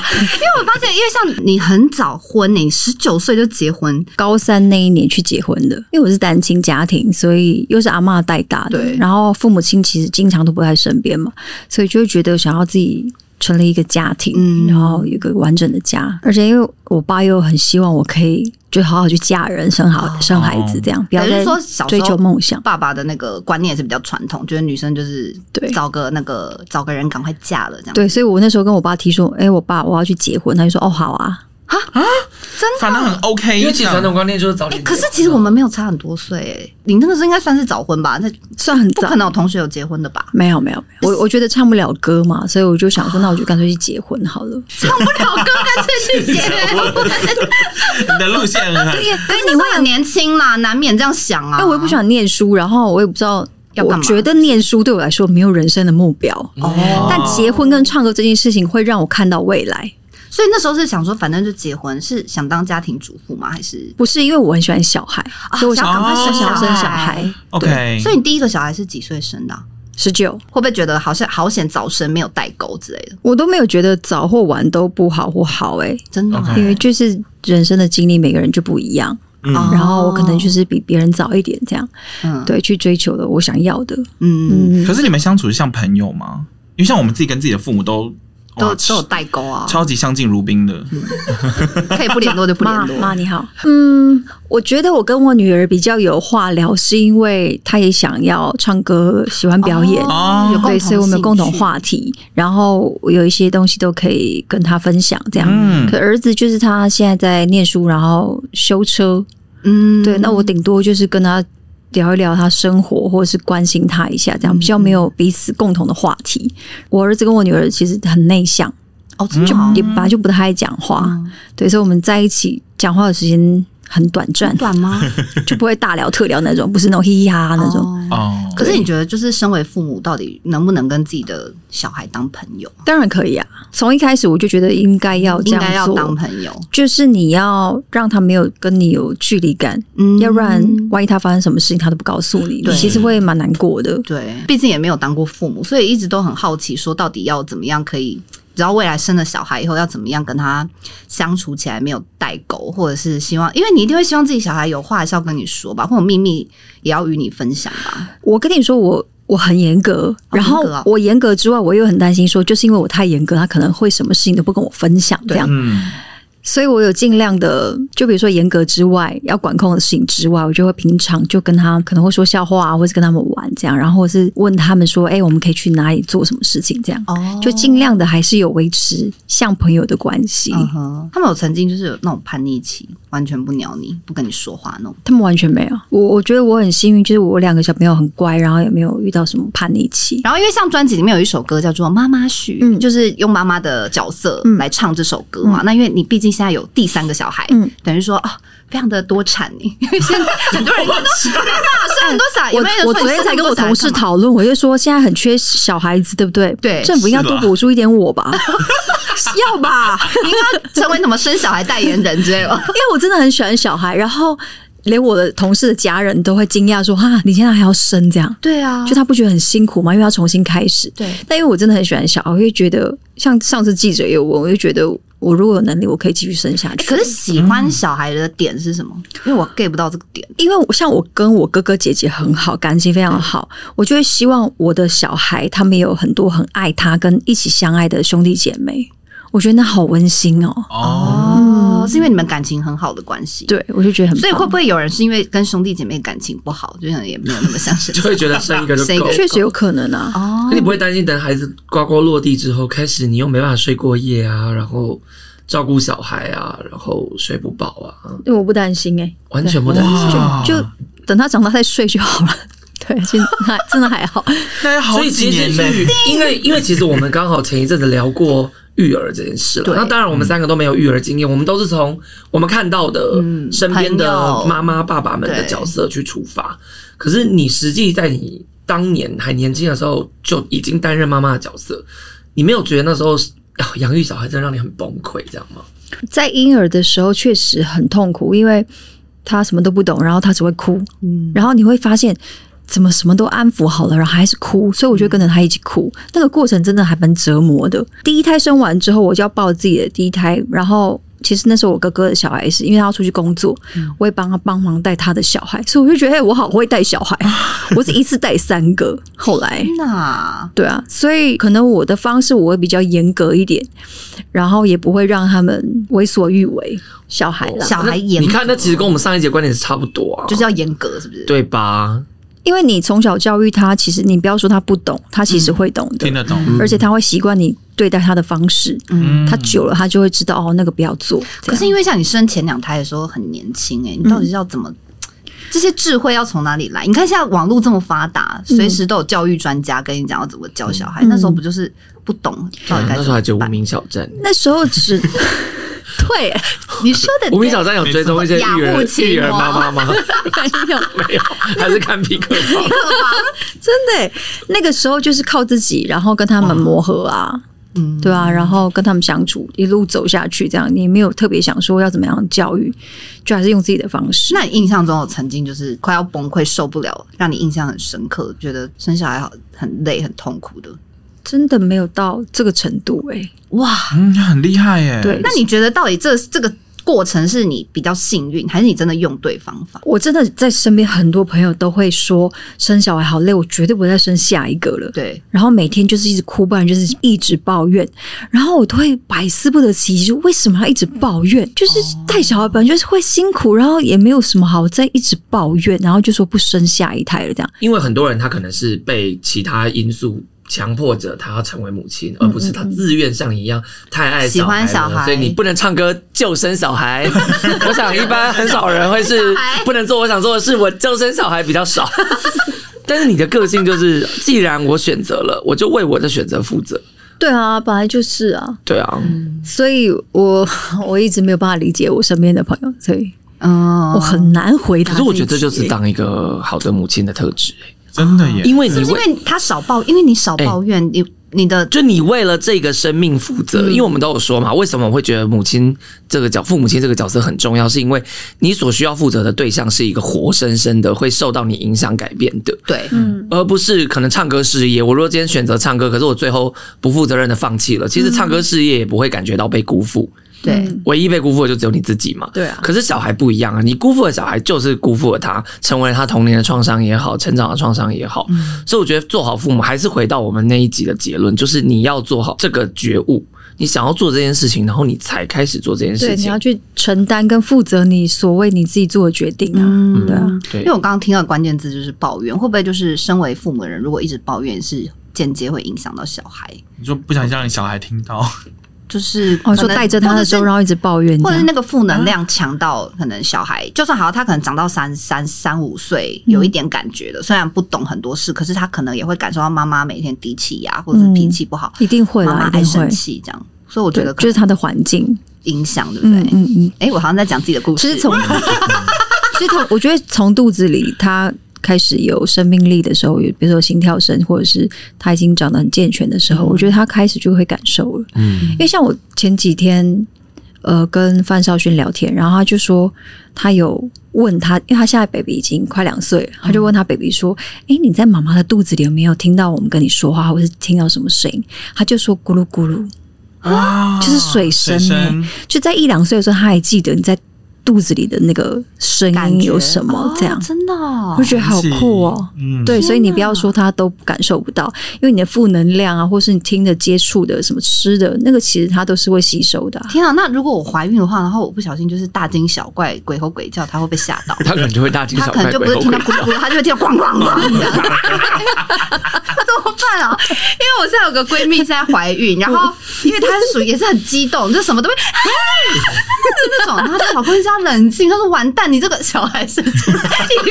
因为我发现，因为像你很早婚呢、你十九岁就结婚，
高三那一年去结婚的，因为我是单亲家庭，所以又是阿嬷带大的，
对
然后父母亲其实经常都不在身边嘛，所以就会觉得想要自己。成立一个家庭，
嗯
然后有一个完整的家，而且因为我爸又很希望我可以就好好去嫁人、生好、生孩子，这样不要
哦等于
再
说小时
追
候
求梦想。
爸爸的那个观念也是比较传统，觉得女生就是
对
找个那个找个人赶快嫁了这样。，
对，所以我那时候跟我爸提说：“哎、我爸我要去结婚。”他就说：“哦，好 啊。
反正很 OK，
因为其实
这
传
样
统观念就是早
哎、
点结
可
婚。
是其实我们没有差很多岁、哎，你那个时候应该算是早婚吧？那”
算很
不
早
可，能有同学有结婚的吧？
没有没有，没有我我觉得唱不了歌嘛，所以我就想说，那我就干脆去结婚好 了。
好哥干脆去结 婚，
你的路 线很
但你会很年轻啦，难免这样想啊。
哎，我又不喜欢念书，然后我也不知道，
要干
我
嘛
觉得念书对我来说没有人生的目标，
哦
但结婚跟唱歌这件事情会让我看到未来。
所以那时候是想说，反正就结婚，是想当家庭主妇吗？还是啊
不是因为我很喜欢小孩，所以我
想
想
赶快
我
生
想要生啊小孩。。
OK。
所以你第一个小孩是几岁生的啊、
十九，
会不会觉得好像好险早生没有代沟之类的？
我都没有觉得早或晚都不好或好哎、
真的吗
OK
因为就是人生的经历，每个人就不一样。
哦
然后我可能就是比别人早一点，这样
嗯
对去追求了我想要的。
嗯，
嗯，
可是你们相处是像朋友吗？因为像我们自己跟自己的父母都
都
哇
都有代沟啊，
超级相敬如宾的。
可以不联络就不联
妈 妈
络。
你好，嗯，我觉得我跟我女儿比较有话聊，是因为她也想要唱歌，喜欢表演。
哦
有共
对，
同
所以我们有共同
兴趣
话题，然后我有一些东西都可以跟她分享，这样。
嗯
可儿子就是他现在在念书，然后修车，
嗯，
对，那我顶多就是跟他聊一聊他生活，或者是关心他一下，
嗯
这样比较没有彼此共同的话题。我儿子跟我女儿其实很内向，
哦，真的哦嗯
也本来就不太爱讲话，对，所以我们在一起讲话的时间很短暂，
短 吗？
就不会大聊特聊那种，不是那种嘻嘻哈哈那种。
哦
哦，
可是你觉得，就是身为父母，到底能不能跟自己的小孩当朋友？
当然可以啊，从一开始我就觉得应该要这
应该
样
要当
做。
朋友，
就是你要让他没有跟你有距离感，
嗯
要不然万一他发生什么事情，他都不告诉你，你
对
其实会蛮难过的。
对，毕竟也没有当过父母，所以一直都很好奇，说到底要怎么样可以，只要未来生了小孩以后，要怎么样跟他相处起来没有代沟，或者是希望，因为你一定会希望自己小孩有话还是要跟你说吧，或者秘密也要与你分享吧。
我跟你说，我我很严格，然后
严格啊
我严格之外，我又很担心说，就是因为我太严格，他可能会什么事情都不跟我分享，这样，
嗯，
所以我有尽量的，就比如说严格之外要管控的事情之外，我就会平常就跟他可能会说笑话啊，或是跟他们玩这样，然后或是问他们说，哎、我们可以去哪里做什么事情这样，
哦
就尽量的还是有维持像朋友的关系，
嗯哼，他们有曾经就是有那种叛逆期，完全不鸟你，不跟你说话那种。
他们完全没有。我我觉得我很幸运，就是我两个小朋友很乖，然后也没有遇到什么叛逆期。
然后，因为像专辑里面有一首歌叫做《妈妈序》，
嗯
就是用妈妈的角色来唱这首歌嘛。那因为你毕竟现在有第三个小孩，
嗯
等于说啊、非常的多产你， 因为现在很多人都真的生很多小孩，啊有没有人
我我
说
昨
你
天
生
才
很
跟
多
我
小孩
同事
干嘛
讨论，我就说现在很缺小孩子，对不对？
对
政府应该
是
多
吧
补助一点我吧， 要吧？
你应该要成为什么生小孩代言人之类的。
因为我真的很喜欢小孩，然后。连我的同事的家人都会惊讶说：“哈，你现在还要生这样？”
对啊，
就他不觉得很辛苦吗？因为要重新开始。
对
但因为我真的很喜欢小孩，我就觉得像上次记者也有问，我就觉得我如果有能力，我可以继续生下
哎
去。
可是喜欢小孩的点是什么？因为我 get 不到这个点。
因为我像我跟我哥哥姐姐很好，感情非常好，我就会希望我的小孩他们有很多很爱他跟一起相爱的兄弟姐妹，我觉得那好温馨哦。
哦，
哦，是因为你们感情很好的关系，，
对，我就觉得很棒，
所以会不会有人是因为跟兄弟姐妹感情不好，就想也没有那么想生
就会觉得生 一个就
生一
够
个
了。
确实有可能啊。
哦
可你不会担心等孩子呱呱落地之后，开始你又没办法睡过夜啊，然后照顾小孩啊，然后睡不饱啊，
因为我不担心哎、
完全不担心。
哇
就等他长大再睡就好了。对，现在真的还好。
那要好
所以
几
其实
年呢
是，因为因为其实我们刚好前一阵子聊过育儿这件事了。
对
那当然我们三个都没有育儿经验，我们都是从我们看到的
嗯
身边的
朋友
妈妈爸爸们的角色去出发。可是你实际在你当年还年轻的时候就已经担任妈妈的角色，你没有觉得那时候啊养育小孩真的让你很崩溃这样吗？
在婴儿的时候确实很痛苦，因为他什么都不懂，然后他只会哭，
嗯
然后你会发现怎么什么都安抚好了，然后还是哭，所以我就跟着他一起哭。那个过程真的还蛮折磨的。第一胎生完之后，我就要抱自己的第一胎，然后。其实那时候我哥哥的小孩是因为他要出去工作，我也帮他帮忙带他的小孩，所以我就觉得，哎、我好会带小孩，啊我是一次带三个。后来，
那
对啊，所以可能我的方式我会比较严格一点，然后也不会让他们为所欲为。小孩啦，
小孩严
你
格，
看，那其实跟我们上一节观点是差不多啊，
就是要严格，是不是？，
对吧？
因为你从小教育他，其实你不要说他不懂，他其实会懂的，
嗯听得懂，
而且他会习惯你对待他的方式。
嗯
他久了，他就会知道哦，那个不要做。
可是因为像你生前两胎的时候很年轻，哎，
嗯
你到底是要怎么？这些智慧要从哪里来？你看现在网络这么发达，
嗯
随时都有教育专家跟你讲要怎么教小孩。
嗯
那时候不就是不懂到底该
嗯
怎
那时候
么
还只有无
办？
名小站，
那时候 只对
你说 的
无名小站有追踪 一些育
雅
儿
虎奇摩
育儿妈妈吗？
没有，
没有，还是看皮 克猫。
真的耶那个时候就是靠自己，然后跟他们磨合啊，
嗯
对啊，然后跟他们相处，一路走下去，这样你没有特别想说要怎么样教育，就还是用自己的方式。
那你印象中有曾经就是快要崩溃、受不了，让你印象很深刻，觉得生小孩好很累、很痛苦的？
真的没有到这个程度哎、
哇！
嗯，很厉害耶。
对
那你觉得到底这这个过程是你比较幸运，还是你真的用对方
嗯
法？
我真的在身边很多朋友都会说生小孩好累，我绝对不会再生下一个了。
对，
然后每天就是一直哭，不然就是一直抱怨，然后我都会百思不得其解，就为什么要一直抱怨？就是带小孩本来就是会辛苦，然后也没有什么好再一直抱怨，然后就说不生下一胎了这样。
因为很多人他可能是被其他因素强迫着他要成为母亲，而不是他自愿像你一样太爱小孩了
喜欢小孩
所以你不能唱歌就生 小孩。我想一般很少人会是不能做我想做的事，我就生小孩比较 少。但是你的个性就是，既然我选择了，我就为我的选择负责。
对啊，本来就是啊，
对啊，
嗯
所以我 我一直没有办法理解我身边的朋友，所以
嗯，
我很难回答
哦
一
可
题。
是我觉得这就是当一个好的母亲的特质、
真的耶，
因为哎
是
你
不是因
为
为他少抱，因为你少抱怨，你你的
就你为了这个生命负责，因为我们都有说嘛，为什么我会觉得母亲这个角父母亲这个角色很重要，是因为你所需要负责的对象是一个活生生的会受到你影响改变的，
对，
嗯
而不是可能唱歌事业。我如果今天选择唱歌，可是我最后不负责任的放弃了，其实唱歌事业也不会感觉到被辜负，
对，
唯一被辜负的就只有你自己嘛。
对啊
可是小孩不一样啊，你辜负了小孩，就是辜负了他，成为了他童年的创伤也好，成长的创伤也好。
嗯
所以我觉得做好父母，还是回到我们那一集的结论，就是你要做好这个觉悟，你想要做这件事情，然后你才开始做这件
对
事
你
情
要。去承担跟负责你所谓你自己做的决定啊，
嗯
对啊。
对
因为我刚刚听到的关键字就是抱怨，会不会就是身为父母的人，如果一直抱怨，是间接会影响到小孩？
你说不想让你小孩听到，
啊
就是
哦，
可
说
能
带着他的嗯时候，然后一直抱怨这
或
样，
者是那个负能量强到可能小孩，就算好，他可能长到三三三五岁，
嗯
有一点感觉的，虽然不懂很多事，可是他可能也会感受到妈妈每天低气压或者是脾气不好，
一定嗯会
妈
啦，
妈
一
爱
定会
生。气这样，所以我觉
对
得，
就是他的环境，
影响，对不
嗯
对？
嗯嗯，
哎，我好像在讲自己的故
其
事，
实从，其实从我觉得从肚子里他开始有生命力的时候，比如说心跳声，或者是他已经长
嗯
得很健全的时候，我觉得他开始就会感受了。
嗯。
因为像我前几天，呃跟范少勋聊天，然后他就说他有问他，因为他现在 baby 已经快两岁了，
嗯
他就问他 baby 说：“诶，你在妈妈的肚子里有没有听到我们跟你说话，或是听到什么声音？”他就说咕噜咕噜，
哇，
就是水声、
啊声
欸，就在一两岁的时候，他还记得你在肚子里的那个声
感
音
觉
有什么这样
哦。真的哦
我，觉得好酷哦，
嗯，
对，所以你不
天
要
哪
说他都感受不到，因为你的负能量啊，或是你听的、接触的、什么吃的，那个其实他都是会吸收的啊、
天啊！那如果我怀孕的话，然后我不小心就是大惊小怪、鬼吼鬼叫，他会被吓到
他可能就会大惊
他
小
可能
怪，
就不
鬼
是
吼
听到
鬼
咕噜咕
叫。
噜，他就会听到咣咣咣这样。 怎么办啊？因为我现在有个闺蜜现在怀孕，然 后因为她是属于也是很激动，就什么都会就是那种。然后她老公一直要冷静，她说：“完蛋，你这个小孩是不是以后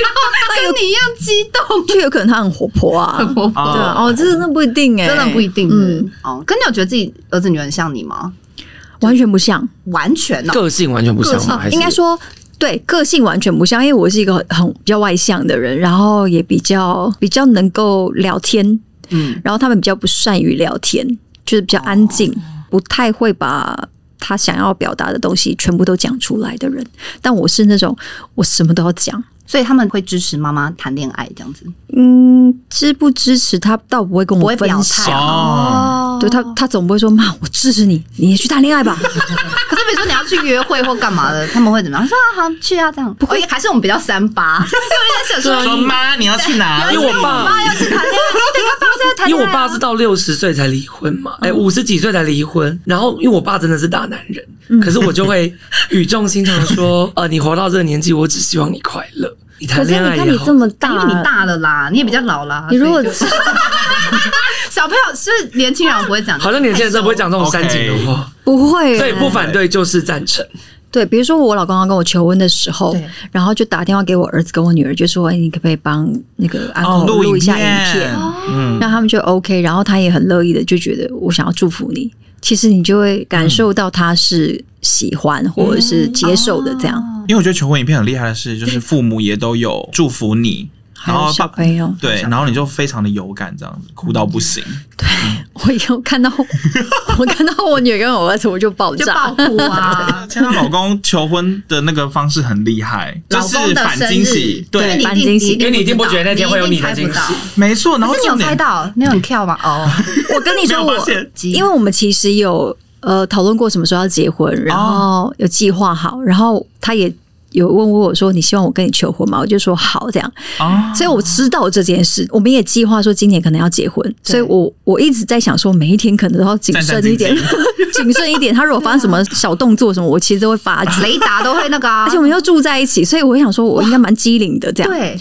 跟你一样激动，
就有可能他很活泼啊，
很
嗯
活泼。”
对啊，哦，这那不一定哎、
真的不一定，嗯
嗯，
哦，可你有觉得自己儿子女儿很像你吗？
完全不像，
完全哦，
个性完全不像
个
吗？还
性
是
应该说。对，个性完全不像，因为我是一个很很比较外向的人，然后也比较比较能够聊天，
嗯，
然后他们比较不善于聊天，就是比较安静，不太会把他想要表达的东西全部都讲出来的人。但我是那种我什么都要讲，
所以他们会支持妈妈谈恋爱这样子，
嗯，支不支持他倒不会跟
不
我
会
分
表态
享。
哦，
哦
对他，他总不会说妈，我支持你，你也去谈恋爱吧。
可是比如说你要去约会或干嘛的，他们会怎么样？说啊好去啊这样，不会、还是我们比较三八，因为在想说
说妈，你要去 哪里
啊因？为我爸
妈要去谈恋爱，对，他爸现在谈恋爱啊，嗯
因为我爸是到六十岁才离婚嘛，哎、五十几岁才离婚。然后因为我爸真的是大男人，
嗯
可是我就 会语重心长地说，呃，你活到这个年纪，我只希望你快乐。你
可
谈
是
恋
你
爱
看
也
你
好
这，么大，
因为你，大了啦，你也比较老啦，
你如果
所以就 小朋友是年轻人不会讲，
好像年轻人真的不会讲这种
OK
煽情的话，
不会，
所以不反对就是赞成。
对，比如说我老公要跟我求婚的时候
对，
然后就打电话给我儿子跟我女儿，就说：“哎，你可不可以帮那个阿公
哦录
啊录一下
影
影
片
片？”
嗯，
那他们就 OK，然后他也很乐意的，就觉得我想要祝福你。其实你就会感受到他是喜欢或者是接受的这样，
哦
因为我觉得求婚影片很厉害的是，就是父母也都有祝福你，
还
然
有
后
小
爸
朋友，嗯
对，然后你就非常的有感，这样子哭到不行。
我有看到， 我看到我女儿跟我儿子，我就爆
就
炸
爆。哭 啊。
现在老公求婚的那个方式很厉害，就
老公
是
的
反
生
惊
日
喜，，对，
因为
反
你
惊喜
一定
因为你一定不
知道
觉得那天会有
你
你
一定
的
猜
惊
不
喜
到。
没错。然
可
后
是你有
重
猜
点，
到，你有很跳吗？ 哦，
我跟你
没
说，
有发
我
现
因为我们其实有呃讨论过什么时候要结婚，然后有计划好，然后他也有问过我说：“你希望我跟你求婚吗？”我就说好，这样。
啊，
所以我知道这件事，我们也计划说今年可能要结婚，所以我我一直在想说，每一天可能都要谨慎一点
战战，
谨慎一点。他如果发生什么小动作什么，我其实都会发 觉。
雷达都会那个啊，
而且我们又住在一起，所以我想说，我应该蛮机灵的。这样，
对，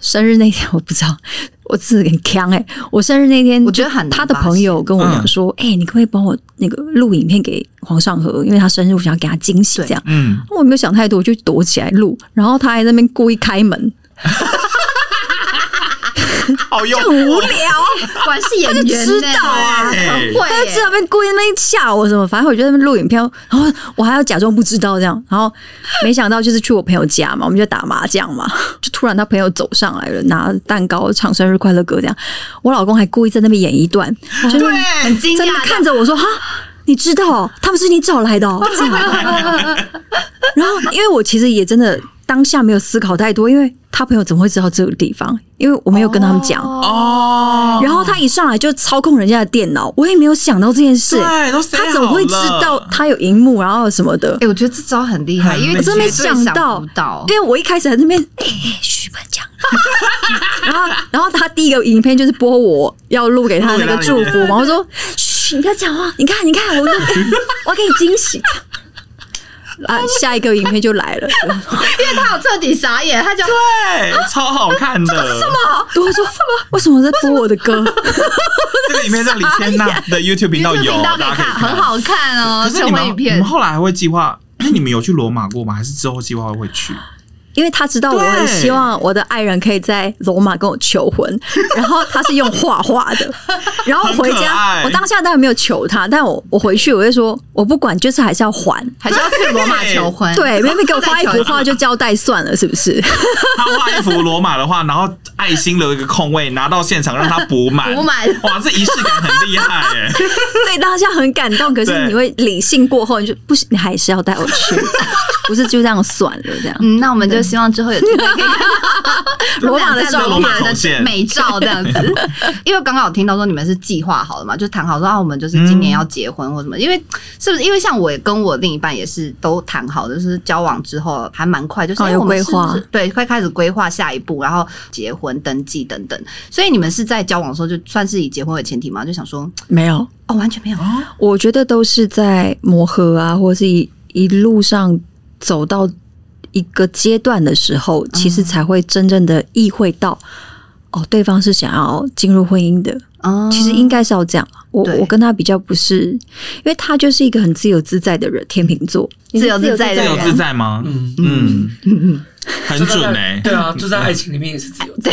生日那天我不知道， 我自己很强哎、我生日那天，
我觉得很难嗯
他的朋友跟我讲说，哎、你可不可以帮我那个录影片给皇上和，因为他生日，我想要给他惊喜这样。
嗯，
我没有想太多，我就躲起来录，然后他还在那边故意开门，
好用
很无聊。
管是演员
知道
啊，很会
他就知
耶
道。被故意在那边吓我什么，反正我就在那边录影片，然后我还要假装不知道这样，然后没想到就是去我朋友家嘛，我们就打麻将嘛，就突然他朋友走上来了，拿蛋糕唱生日快乐歌这样，我老公还故意在那边演一段，就是
对，很惊
在那边
讶。
看着我说哈。你知道哦他们是你找来的哦，这样 然后因为我其实也真的当下没有思考太多，因为他朋友怎么会知道这个地方？因为我没有跟他们讲，
哦。
然后他一上来就操控人家的电脑，我也没有想到这件事。
对，都塞
他怎么会知
好了
道他有荧幕，然后什么的
哎、？我觉得这招很厉害，
很
因为
我真
没
绝对
想
到
到，因为我一开始在那边，哎、哎，嘘、不能讲。 然后，然后他第一个影片就是播我要录给他的那个祝 福嘛，我说：“嘘，你不要讲话，你看，你看， 我录，我要给你惊喜。” 啊，下一个影片就来了，
因为他有彻底傻眼，他就
对，超好看的。什么？
对我说：“为什么在播我的歌？”
这个影片在李千娜的 YouTube 频道
YouTube
有，
频道可
大
以
家可以
看，很。好看哦，
可是
成
你
为
们
影
你
片
们。后来还会计划？那你们有去罗马过吗？还是之后计划会去？
因为他知道我很
对
希望我的爱人可以在罗马跟我求婚，然后他是用画画的，然后回
很可
家
爱
我当下当然没有求他，但我我回去我就说我不管，就是还是要还。
还是要去罗马求婚？
对，妹妹给我
再
画一
求
幅
婚
画就交代算了，是不 是？
他画一幅罗马的画，然后爱心留一个空位，拿到现场让他补满，
补满
哇，这仪式感很厉害哎、
对，当下很感动，可是
对
你会理性过后，你就不行，你还是要带我 去，不是就这样算了这样。
嗯，那我们就希望之后有机会可以看到
罗马
他们
的
俩在
照
罗马
片
的美照这样 子。因为刚刚有听到说你们是计划好了嘛，就谈好说啊，我们就是今年要结婚或什么。因为是不是因为像我也跟我另一半也是都谈好的，就是交往之后还蛮快，就是、
哦
哎
有
我们是不是
规划
对，快开始规划下一步，然后结婚登记等等。所以你们是在交往的时候就算是以结婚为前提嘛，就想说
没有，
哦，完全没有，
我觉得都是在磨合啊，或是一一路上走到一个阶段的时候，其实才会真正的意会到，哦，对方是想要进入婚姻的。
嗯，
其实应该是要这样啊。我
对
我跟他比较不是，因为他就是一个很自由自在的人，天秤座，
自由自在的
自由
人
自在吗？
嗯
嗯，很准哎、
对啊，就在爱情里面也是自由。对，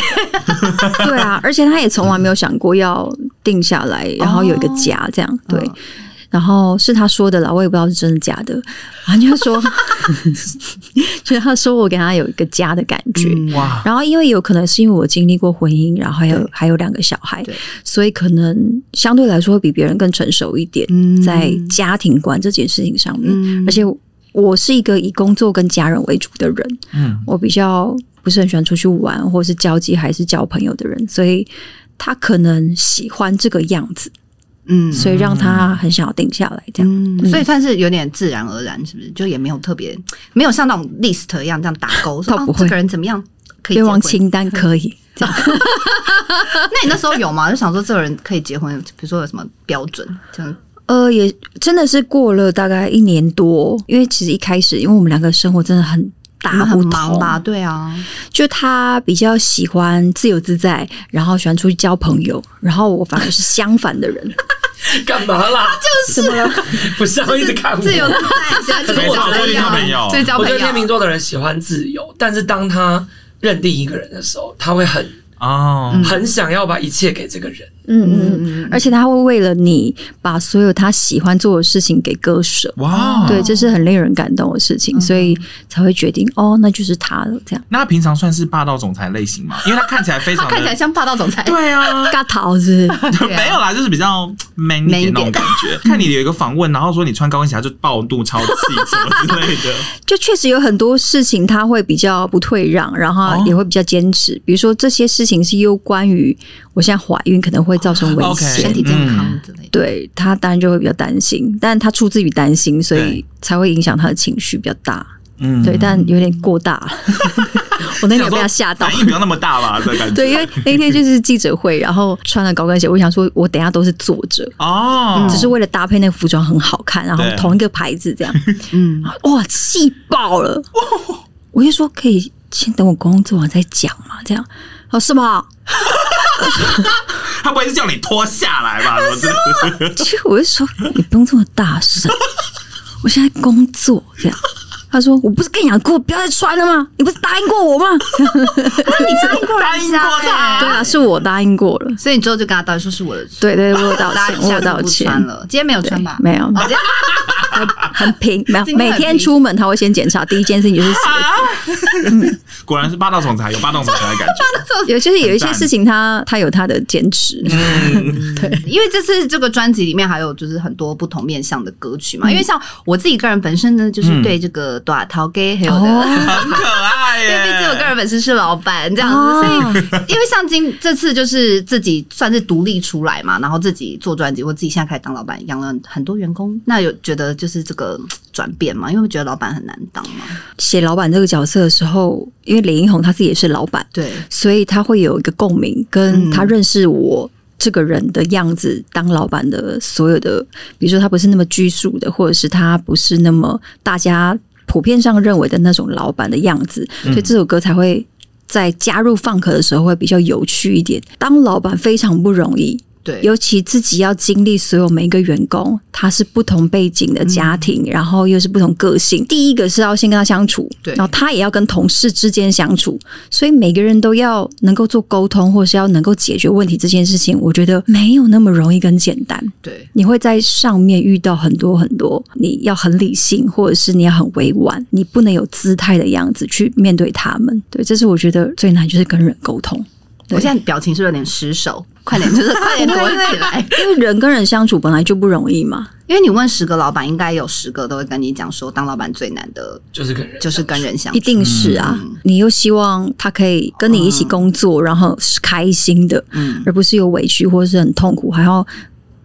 对啊，而且他也从来没有想过要定下来，
哦
然后有一个家这样，对。
嗯
然后是他说的啦，我也不知道是真的假的。 然后就说， 就是他说我给他有一个家的感觉。
嗯
哇，
然后因为有可能是因为我经历过婚姻，然后还有还有两个小孩
对，
所以可能相对来说会比别人更成熟一点，
嗯
在家庭观这件事情上面。
嗯
而且我是一个以工作跟家人为主的人，
嗯，
我比较不是很喜欢出去玩，或是交际还是交朋友的人，所以他可能喜欢这个样子，
嗯
所以让他很想要定下来。这样，
嗯，所以算是有点自然而然，是不是？就也没有特别，没有像那种 list 一样这样打勾，说
倒
哦
不会
这个人怎么样可以
愿
结婚。
望清单可以。这样
那你那时候有吗？就想说这个人可以结婚，比如说有什么标准？这样
呃，也真的是过了大概一年多，因为其实一开始，因为我们两个生活真的很
你
大
们
不
很
同
忙吧？对啊，
嗯
就他比较喜欢自由自在，然后喜欢出去交朋友，然后我反而是相反的人。
干嘛啦？
什么了？
不是啊要一直看我？
自由自在，现在就是
没
交
错
朋
就是交朋友
友，就是交
我
朋
觉
友
得。天秤座的人喜欢自由，但是当他认定一个人的时候，他会很
哦，
很想要把一切给这个人。
嗯嗯嗯，而且他会为了你把所有他喜欢做的事情给割舍，
哇，
对，这是很令人感动的事
嗯
情，所以才会决定哦，那就是他了，这样。
那他平常算是霸道总裁类型吗？因为他看起来非
他
常
看起来
的。
像霸道总裁，
对啊，
嘎桃子，
对啊
没有啦，就是比较 man 一
man 一点
点那种感觉。看你有一个访问，然后说你穿高跟鞋他就暴怒、超气什么之类的。
就确实有很多事情他会比较不退让，然
哦
后也会比较坚持。比如说这些事情是攸关于我现在怀孕可能会造成危
哦 OK
险
身体健康之类的。
对他当然就会比较担心，但他出自于担心，所以
对
才会影响他的情绪比较大。
嗯，
对，但有点过大了， 我那天有被他吓到
反。哎应不要那么大吧的感觉。
对，因为那天就是记者会，然后穿了高跟鞋，我想说，我等一下都是坐着，
哦，
只是为了搭配那个服装很好看，然后
对
同一个牌子这样，
嗯，
哇，气爆了！我就说可以先等我工作完再讲嘛，这样。哦，是吗？
他不会是叫你脱下来吧？我
其实我就说你不用这么大声，我现在工作这样。他说：“我不是跟你讲过不要再穿了吗？你不是答应过我 吗。
答应过他？”
对啊，是我答应过了。
所以你之后就跟他道歉，说是我的错，
对对，我有道
大
歉
家，
我
下
有
次
道
不
歉。
穿了。今天没有
对
穿吧？
没有，
哦今天
很平，没有
今天
每
很
天
平
出门他会先检查，第一件事情 就是
啊，果然是霸道总裁，有霸道总裁的感觉。
有就是有一些
很赞
事情他他有他的坚持，
嗯因为这次这个专辑里面还有就是很多不同面向的歌曲嘛，因为像我自己个人本身呢，就是对这个短桃 gay 还有的。
很可爱
因为
耶！
毕竟我个人本身是老板这样
哦
子，所以因为像今这次就是自己算是独立出来嘛，然后自己做专辑，我自己现在开始当老板，养了很多员工，那有觉得就是这个嗯转变嘛？因为我觉得老板很难当嘛，
写老板这个角色的时候，因为李英宏他自己也是老板，
对，
所以他会有一个共鸣，跟
嗯
他认识我这个人的样子，当老板的所有的，比如说他不是那么拘束的，或者是他不是那么大家普遍上认为的那种老板的样子，所以这首歌才会。在加入放壳的时候会比较有趣一点。当老板非常不容易，
对
尤其自己要经历所有每一个员工，他是不同背景的家
嗯
庭，然后又是不同个性。第一个是要先跟他相处，
对
然后他也要跟同事之间相处，所以每个人都要能够做沟通，或是要能够解决问题这件事情，我觉得没有那么容易跟简单。
对，
你会在上面遇到很多很多，你要很理性，或者是你要很委婉，你不能有姿态的样子去面对他们。对，这是我觉得最难，就是跟人沟通。对
我现在表情是不是有点失手，快点，就是 快 点躲起 来。
因为人跟人相处本来就不容易嘛，
因为你问十个老板，应该有十个都会跟你讲说，当老板最难的
就是跟人
就是跟人相
一
处。嗯
定是啊。你又希望他可以跟你一起工作，然后是开心的，
嗯，
而不是有委屈或是很痛苦，还要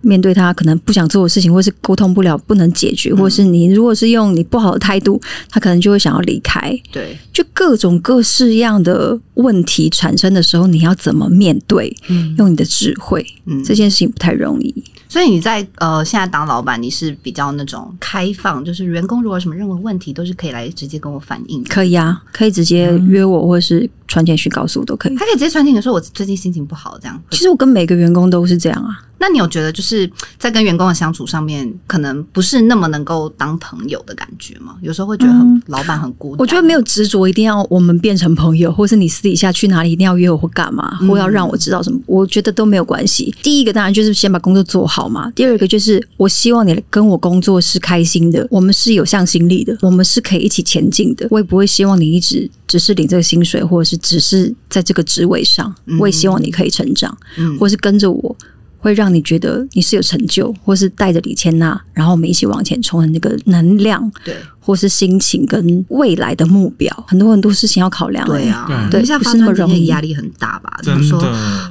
面对他可能不想做的事情，或是沟通不了、不能解
嗯
决，或是你如果是用你不好的态度，他可能就会想要离开。
对，
就各种各式样的问题产生的时候，你要怎么面对？用你的智慧，
嗯
这件事情不太容易。
所以你在呃现在当老板，你是比较那种开放，就是员工如果有什么任何问题，都是可以来直接跟我反映的。
可以啊，可以直接
嗯
约我，或是传简讯告诉我都可以。
他可以直接传给你说我最近心情不好这样。
其实我跟每个员工都是这样啊，
那你有觉得就是在跟员工的相处上面，可能不是那么能够当朋友的感觉吗？有时候会觉得很、老板很孤单。
嗯我觉得没有执着一定要我们变成朋友，或 是你私底下去哪里一定要约我或干嘛，或要让我知道什么，我觉得都没有关系。第一个当然就是先把工作做好嘛，第二个就是我希望你跟我工作是开心的，我们是有向心力的，我们是可以一起前进的。我也不会希望你一直只是领这个薪水，或者是只是在这个职位上，我也希望你可以成长，
嗯
或是跟着我。会让你觉得你是有成就，或是带着李千娜，然后我们一起往前冲的那个能量，
对
或是心情跟未来的目标，很多很多事情要考量。
对，啊，
对
你现在
不
发
是那么
专辑
容易
的压力很大吧？怎么
真
说
的，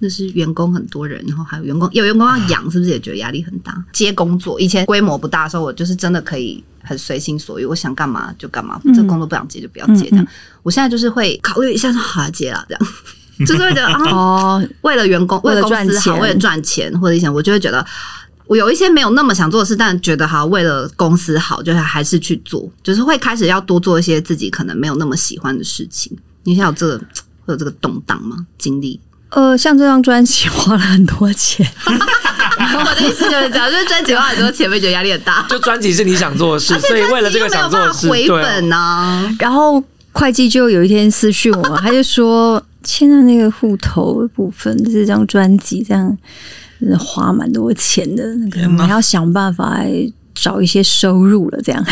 那是员工很多人，然后还有员工有员工要养，是不是也觉得压力很大？接工作以前规模不大的时候，我就是真的可以很随心所欲，我想干嘛就干嘛，这个工作不想接就
嗯
不要接这样。我现在就是会考虑一下说好啊接了这样。 就是会觉得啊，
哦，
为了员工，
为了
公司好，
赚钱
为了赚钱或者以前我就会觉得我有一些没有那么想做的事，但觉得哈，为了公司好，就是还是去做，就是会开始要多做一些自己可能没有那么喜欢的事情。你现在有这个会有这个动荡吗？经历？
呃，像这张专辑花了很多钱，
我的意思就是这样，就是专辑花很多钱，被觉得压力很大，
就专辑是你想做的事，所以为了这个想做的事，
回
对啊，
本 啊，
然后呃会计就有一天私讯我嘛，他就说签了那个户头的部分，这张专辑这样嗯花蛮多钱的，那个我们要想办法来找一些收入了。这样，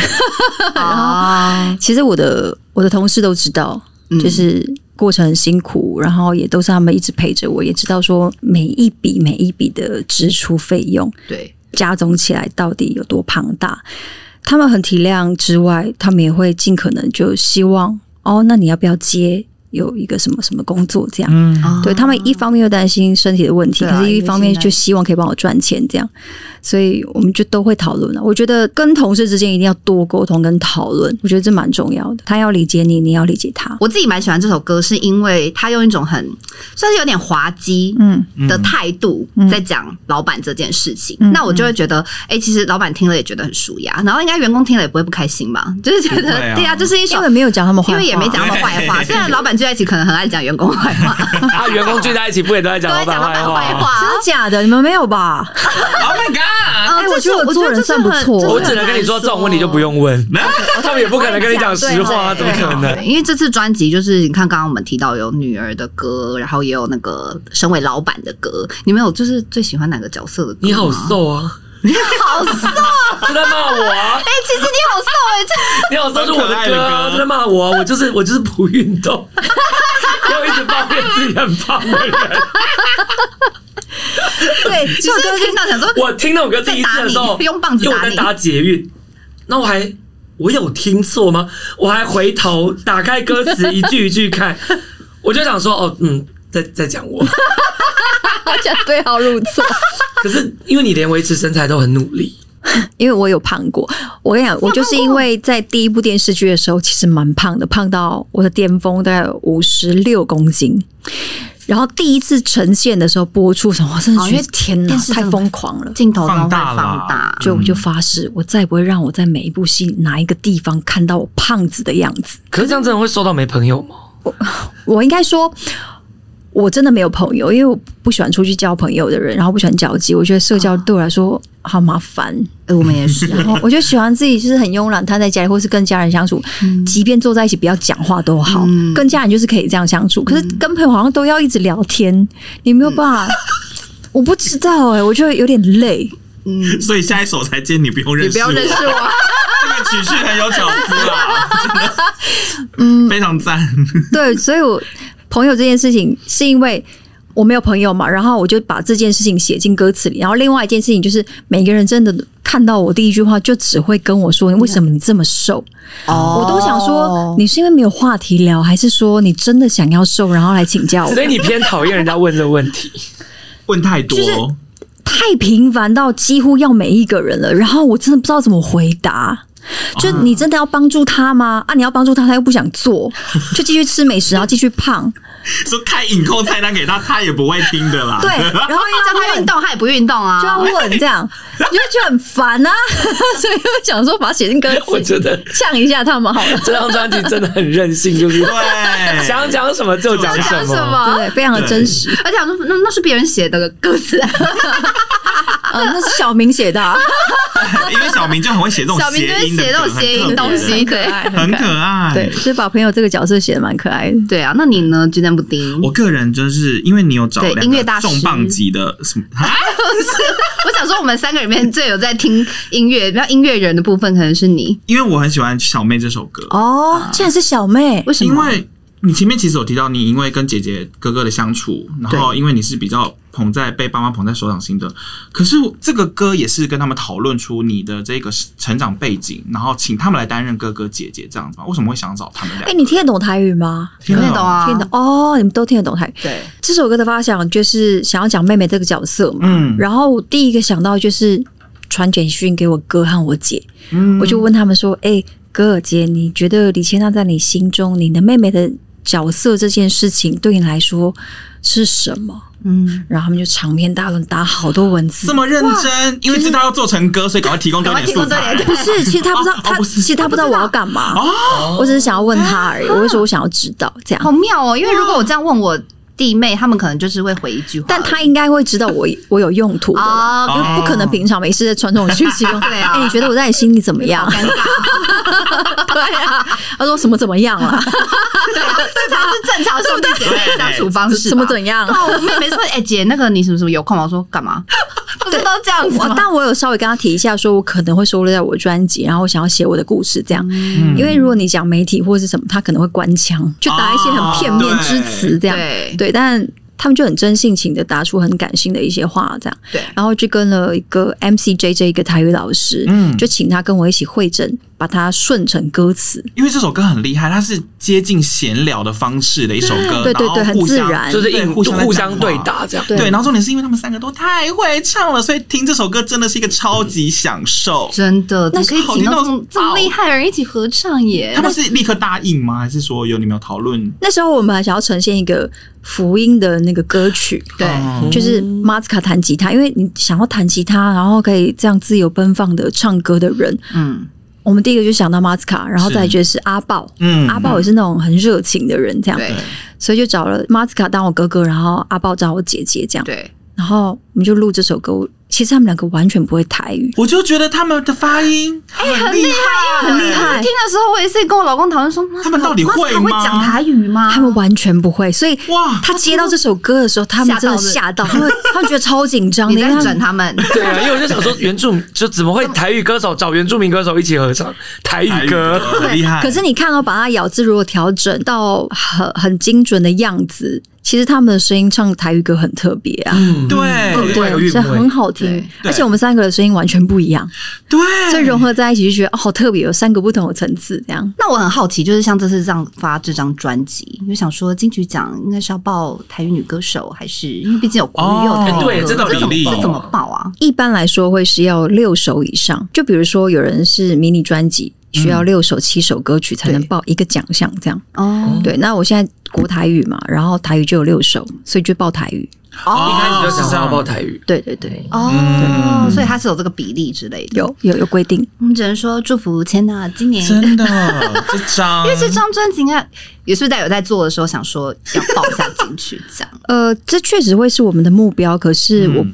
啊，
其实我的我的同事都知道，
嗯
就是过程很辛苦，然后也都是他们一直陪着我，也知道说每一笔每一笔的支出费用。
对，
加总起来到底有多庞大。他们很体谅之外，他们也会尽可能就希望哦，那你要不要接有一个什么什么工作这样？
啊
嗯对他们一方面又担心身体的问题，
对啊
可是一
因为
方面
现在
就希望可以帮我赚钱这样，所以我们就都会讨论了。我觉得跟同事之间一定要多沟通跟讨论，我觉得这蛮重要的。他要理解你，你要理解他。
我自己蛮喜欢这首歌，是因为他用一种很算是有点滑稽
嗯
的态度在讲老板这件事情。
嗯
那我就会觉得，哎、其实老板听了也觉得很舒压，然后应该员工听了也不会不开心吧？就是觉
不
得
会啊
对啊，就是一首
因为没有讲他们坏
因
话，哦
为也没讲到坏话，虽然老板聚在一起可能很爱讲员工坏话，
啊，员工聚在一起不也都在
都
讲
爱
老
讲
板
老板坏
坏话？
话
真。的假的？你们没有吧？
Oh my god！
啊
哎我觉得我做人算不错
我只能跟你说，这种问题就不。用 问，哦他们也不可能跟你讲实话，啊怎
这
么
个
可
很难说对
能？
对因为这次专辑就是你看，刚刚我们提到有女儿的歌，然后也有那个身为老板的歌。你们有就是最喜欢哪个角色的歌吗？
你好瘦 啊！
好瘦！
就在骂我啊！
哎，其实你好 瘦哎，这
你好瘦是我的歌啊，就在骂我啊！我就是我就是不运 动，又一直抱怨自己很胖的人。
对，这首
就是
歌
听到想说，
我听那首歌第一次的时
在打
候，
你用棒子打你
因为我在打捷运，那我还我有听错吗？我还回头打开歌词一句一句看， 我就想说，哦，嗯，在在讲我。
大 家对号入座。
可是因为你连维持身材都很努力，
因为我有胖过，我跟你讲，我就是因为在第一部电视剧的时候，其实蛮胖的，胖到我的巅峰大概五十六公斤。然后第一次呈现的时候播出的时候，我真的
哦
觉
因
得
为
天哪
电，视
太
真的
疯狂了！
镜头都会
放大啦
放大，
就我就发誓，我再也不会让我在每一部戏哪一个地方看到我胖子的样子。
可是这样真的会瘦到没朋友吗？
我应该说，我真的没有朋友，因为我不喜欢出去交朋友的人，然后不喜欢交际，我觉得社
啊
交对我来说好麻烦。
哎，我们也是 啊，
然后我就喜欢自己就是很慵懒，瘫在家里，或是跟家人相处，即便坐在一起不要讲话都好，
嗯
跟家人就是可以这样相处。可是跟朋友好像都要一直聊天，你没有办法。我不知道哎、我觉得有点累。
嗯，
所以下一首才见你不用认
你
识
不要
我，
认识我，
这个曲序很有巧思啊，真的，嗯，非常赞。
对，所以我朋友这件事情是因为我没有朋友嘛，然后我就把这件事情写进歌词里。然后另外一件事情就是，每个人真的看到我第一句话就只会跟我说：“为什么你这么瘦？”
哦
我都想说，你是因为没有话题聊，还是说你真的想要瘦，然后来请教我？
所以你偏讨厌人家问这个问题，
问太多，
就是太频繁到几乎要每一个人了，然后我真的不知道怎么回答。就你真的要帮助他吗？啊，你要帮助他，他又不想做，就继续吃美食，然后继续胖。
说开隐扣菜单给他，他也不会听的啦。
对， 然
叫
后又要
他
问
运动，他也不运动啊，
就要问这样，你就觉得很烦啊， 所以就想说把它写进歌
我
词，
觉得
呛一下他们好了。
这张专辑真的很任性，就是
对，
想讲什么就讲
要
什
讲什
么。
么？
对，非常的真实。
而且我说，那那是别人写的歌词，
嗯，那是小明写的、 啊，
因为小明就很会写这种
小明就
谐
会
音的
写
梗，
那种谐音东西，
可
对
爱，
很可爱，很可爱。
对，所以把朋友这个角色写的蛮可爱的。
对啊。那你呢，鸡蛋布丁？
我个人就是因为你有找
对
两个
音乐大师
重磅级的什么，啊
我想说，我们三个里面最有在听音乐，比较音乐人的部分可能是你，
因为我很喜欢小妹这首歌，
哦，竟然是小妹，
为什
因
么？
为你前面其实有提到，你因为跟姐姐哥哥的相处，然后因为你是比较捧在被爸妈捧在手掌心的，可是这个歌也是跟他们讨论出你的这个成长背景，然后请他们来担任哥哥姐姐这样子嘛？为什么会想找他们俩
哎、？你听得懂台语吗？
听得懂
啊？
啊，
听得懂哦，你们都听得懂台语。
对，
这首歌的发想就是想要讲妹妹这个角色嘛，
嗯
然后我第一个想到就是传简讯给我哥和我姐，
嗯
我就问他们说：“哎、哥姐，你觉得李千娜在你心中，你的妹妹的角色这件事情对你来说是什么
嗯，？”
然后他们就长篇大论，打好多文字
这。么认真，因为知道要做成歌，所以赶快提供多
赶快
一点
提供
素
多
材
一。点
不是，哦其实他不知道，
哦哦
他
不是
其实他不知道我要干嘛，
哦
我只是想要问他而已。我就说我想要知道这
好
样，
妙哦。因为如果我这样问我弟妹，他们可能就是会回一句话，
但他应该会知道我我有用途的啦。
啊，
因哦为不可能平常没事在传这种讯 息说，
对啊
哎、你觉得我在你心里怎么样？
尴尬，
对啊，他说什么怎么样 啊？
对啊，这才是正常兄弟姐妹的相处方式吧，
什么怎样？ 啊
哦，我妹妹说，哎姐，那个你什么什么有空吗？我说干 嘛？不是都这样子
我
吗？
但我有稍微跟他提一下，说我可能会收录在我的专辑，然后我想要写我的故事这样。
嗯
嗯
因为如果你讲媒体或是什么，他可能会官腔，就打一些很片面之词这样。
哦对
对，但他们就很真性情的打出很感性的一些话这样。
对
然后就跟了一个 MC J J 一个台语老师，
嗯
就请他跟我一起会诊，把它顺成歌词。
因为这首歌很厉害，它是接近闲聊的方式的一首歌，
对对对，
然后
很
互
自
相
然，
就是
对
硬
互相在
互
讲话
相对打这样。
对
对，然后重点是因为他们三个都太会唱了，所以听这首歌真的是一个超级享受。
真的，
那
那可以
好
请到
听到
这么这么厉害的人一起合唱耶
他！们是立刻答应吗？还是说有你们有讨论？
那时候我们还想要呈现一个福音的那个歌曲，
对，
哦
就是马斯卡弹吉他，因为你想要弹吉他，然后可以这样自由奔放的唱歌的人，
嗯，
我们第一个就想到马斯卡，然后再来就是阿豹。
嗯
阿豹也是那种很热情的人，这样，
对
所以就找了马斯卡当我哥哥，然后阿豹当我姐姐，这样，
对，
然后我们就录这首歌。我其实他们两个完全不会台语，
我就觉得他们的发音很厉害，
哎很厉害
听的时候，我也是跟我老公讨论说，妈
他们到底会
妈妈
吗
会讲台语吗？
他们完全不会，所以
哇！
他接到这首歌的时候，他们真的吓到，他们他们觉得超紧张的，
你
因
在
为他
整
们
他们，
对啊，因为我就想说，原住民就怎么会台语歌手找原住民歌手一起合唱台语歌？
很厉害。
哎可是你看哦到、把它咬字如果调整到很很精准的样子，其实他们的声音唱台语歌很特别啊，
嗯，
对
对有韵味
对，嗯所以很好听
对。
对
而且我们三个的声音完全不一样，
对，
所以融合在一起就觉得哦，好特别，有三个不同的层次这样。
那我很好奇，就是像这次这样发这张专辑，就想说金曲奖应该是要报台语女歌手，还是因为毕竟有国语又有
哦
台语歌
对
这
这
怎
倒
么
有理
这怎么报啊？
一般来说会是要六首以上，就比如说有人是迷你专辑，需要六首七首歌曲才能
对
报一个奖项这样。
哦，
对，那我现在国台语嘛，然后台语就有六首，所以就报台语。
哦
一开始就想
是这样
要报台语。
对对对，
嗯
哦，所以它是有这个比例之类的。
有有有规定。
我们只能说祝福千娜今年，因
真的这 张，
为这张专辑应该也是在有在做的时候想说要报一下金曲奖，
呃，这确实会是我们的目标，可是我
嗯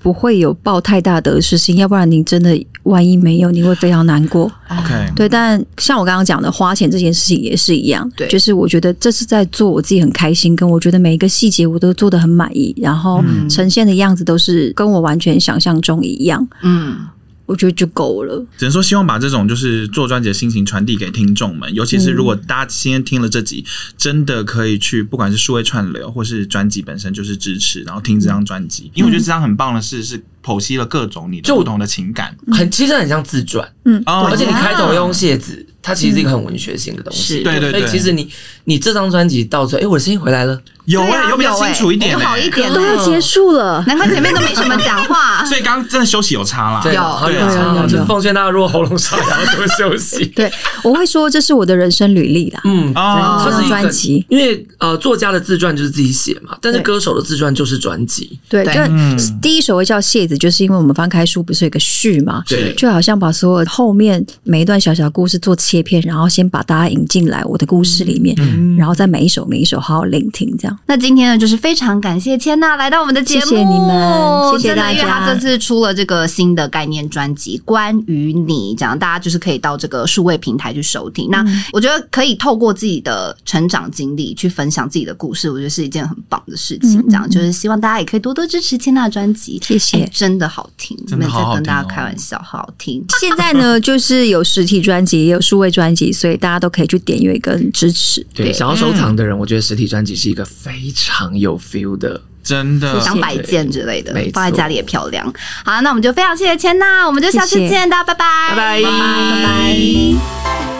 不会有抱太大得失心，要不然您真的万一没有，你会非常难过。
OK，
对，但像我刚刚讲的，花钱这件事情也是一样，
对
就是我觉得这是在做我自己很开心，跟我觉得每一个细节我都做得很满意，然后呈现的样子都是跟我完全想象中一样，
嗯，
我觉得就够了。
只能说希望把这种就是做专辑的心情传递给听众们，尤其是如果大家今天听了这集，真的可以去不管是数位串流或是专辑本身就是支持，然后听这张专辑，因为我觉得这张很棒的是是剖析了各种你的
就
不同的情感，
很其实很像自传，
哦
而且你
对
开头用谢子，它其实是一个很文学性的东
是
西。
对对
所以
对
其实你你这张专辑到最后，哎、我的声音回来了，
有
对
哎、
啊
有比较清
欸
楚一点、
有
欸，
好一点
都
欸，
哦要结束 了，
难怪前面都没什么讲话，
所以刚刚真的休息有差啦，
对，
有
好
对
有差
有有
哦，就
有。
是奉劝大家，如果喉咙沙哑，要多休息
对我会说这是我的人生履历啦。
嗯，
哦
它
这
是
张
一个
专辑，
因为呃，作家的自传就是自己写嘛，但是
对
歌手的自传就是专辑。
对，
对
就
嗯
第一首会叫谢子，就是因为我们翻开书不是有一个序嘛，
对
就好像把所有后面每一段小小故事做切片，然后先把大家引进来我的故事里面，
嗯
然后再每一首每一首好好聆听，这样
那今天呢，就是非常感谢千娜来到我们的节目，
谢谢你们谢谢
真的
大家
因为她这次出了这个新的概念专辑《关于你》，这样大家就是可以到这个数位平台去收听。那我觉得可以透过自己的成长经历去分享自己的故事，我觉得是一件很棒的事情。这样就是希望大家也可以多多支持千娜的专辑，
谢谢
哎真的好听，
真的好好听
没有
哦
在跟大家开玩笑，好好听。
现在呢，就是有实体专辑，也有数位专辑，所以大家都可以去点阅跟支持。
对，想要收藏的人，我觉得实体专辑是一个非常有 feel 的。
真的，
当摆件之类的
没，错
放在家里也漂亮。好，那我们就非常谢谢千娜，我们就下次
谢谢
见，大家拜拜，
拜拜
拜拜。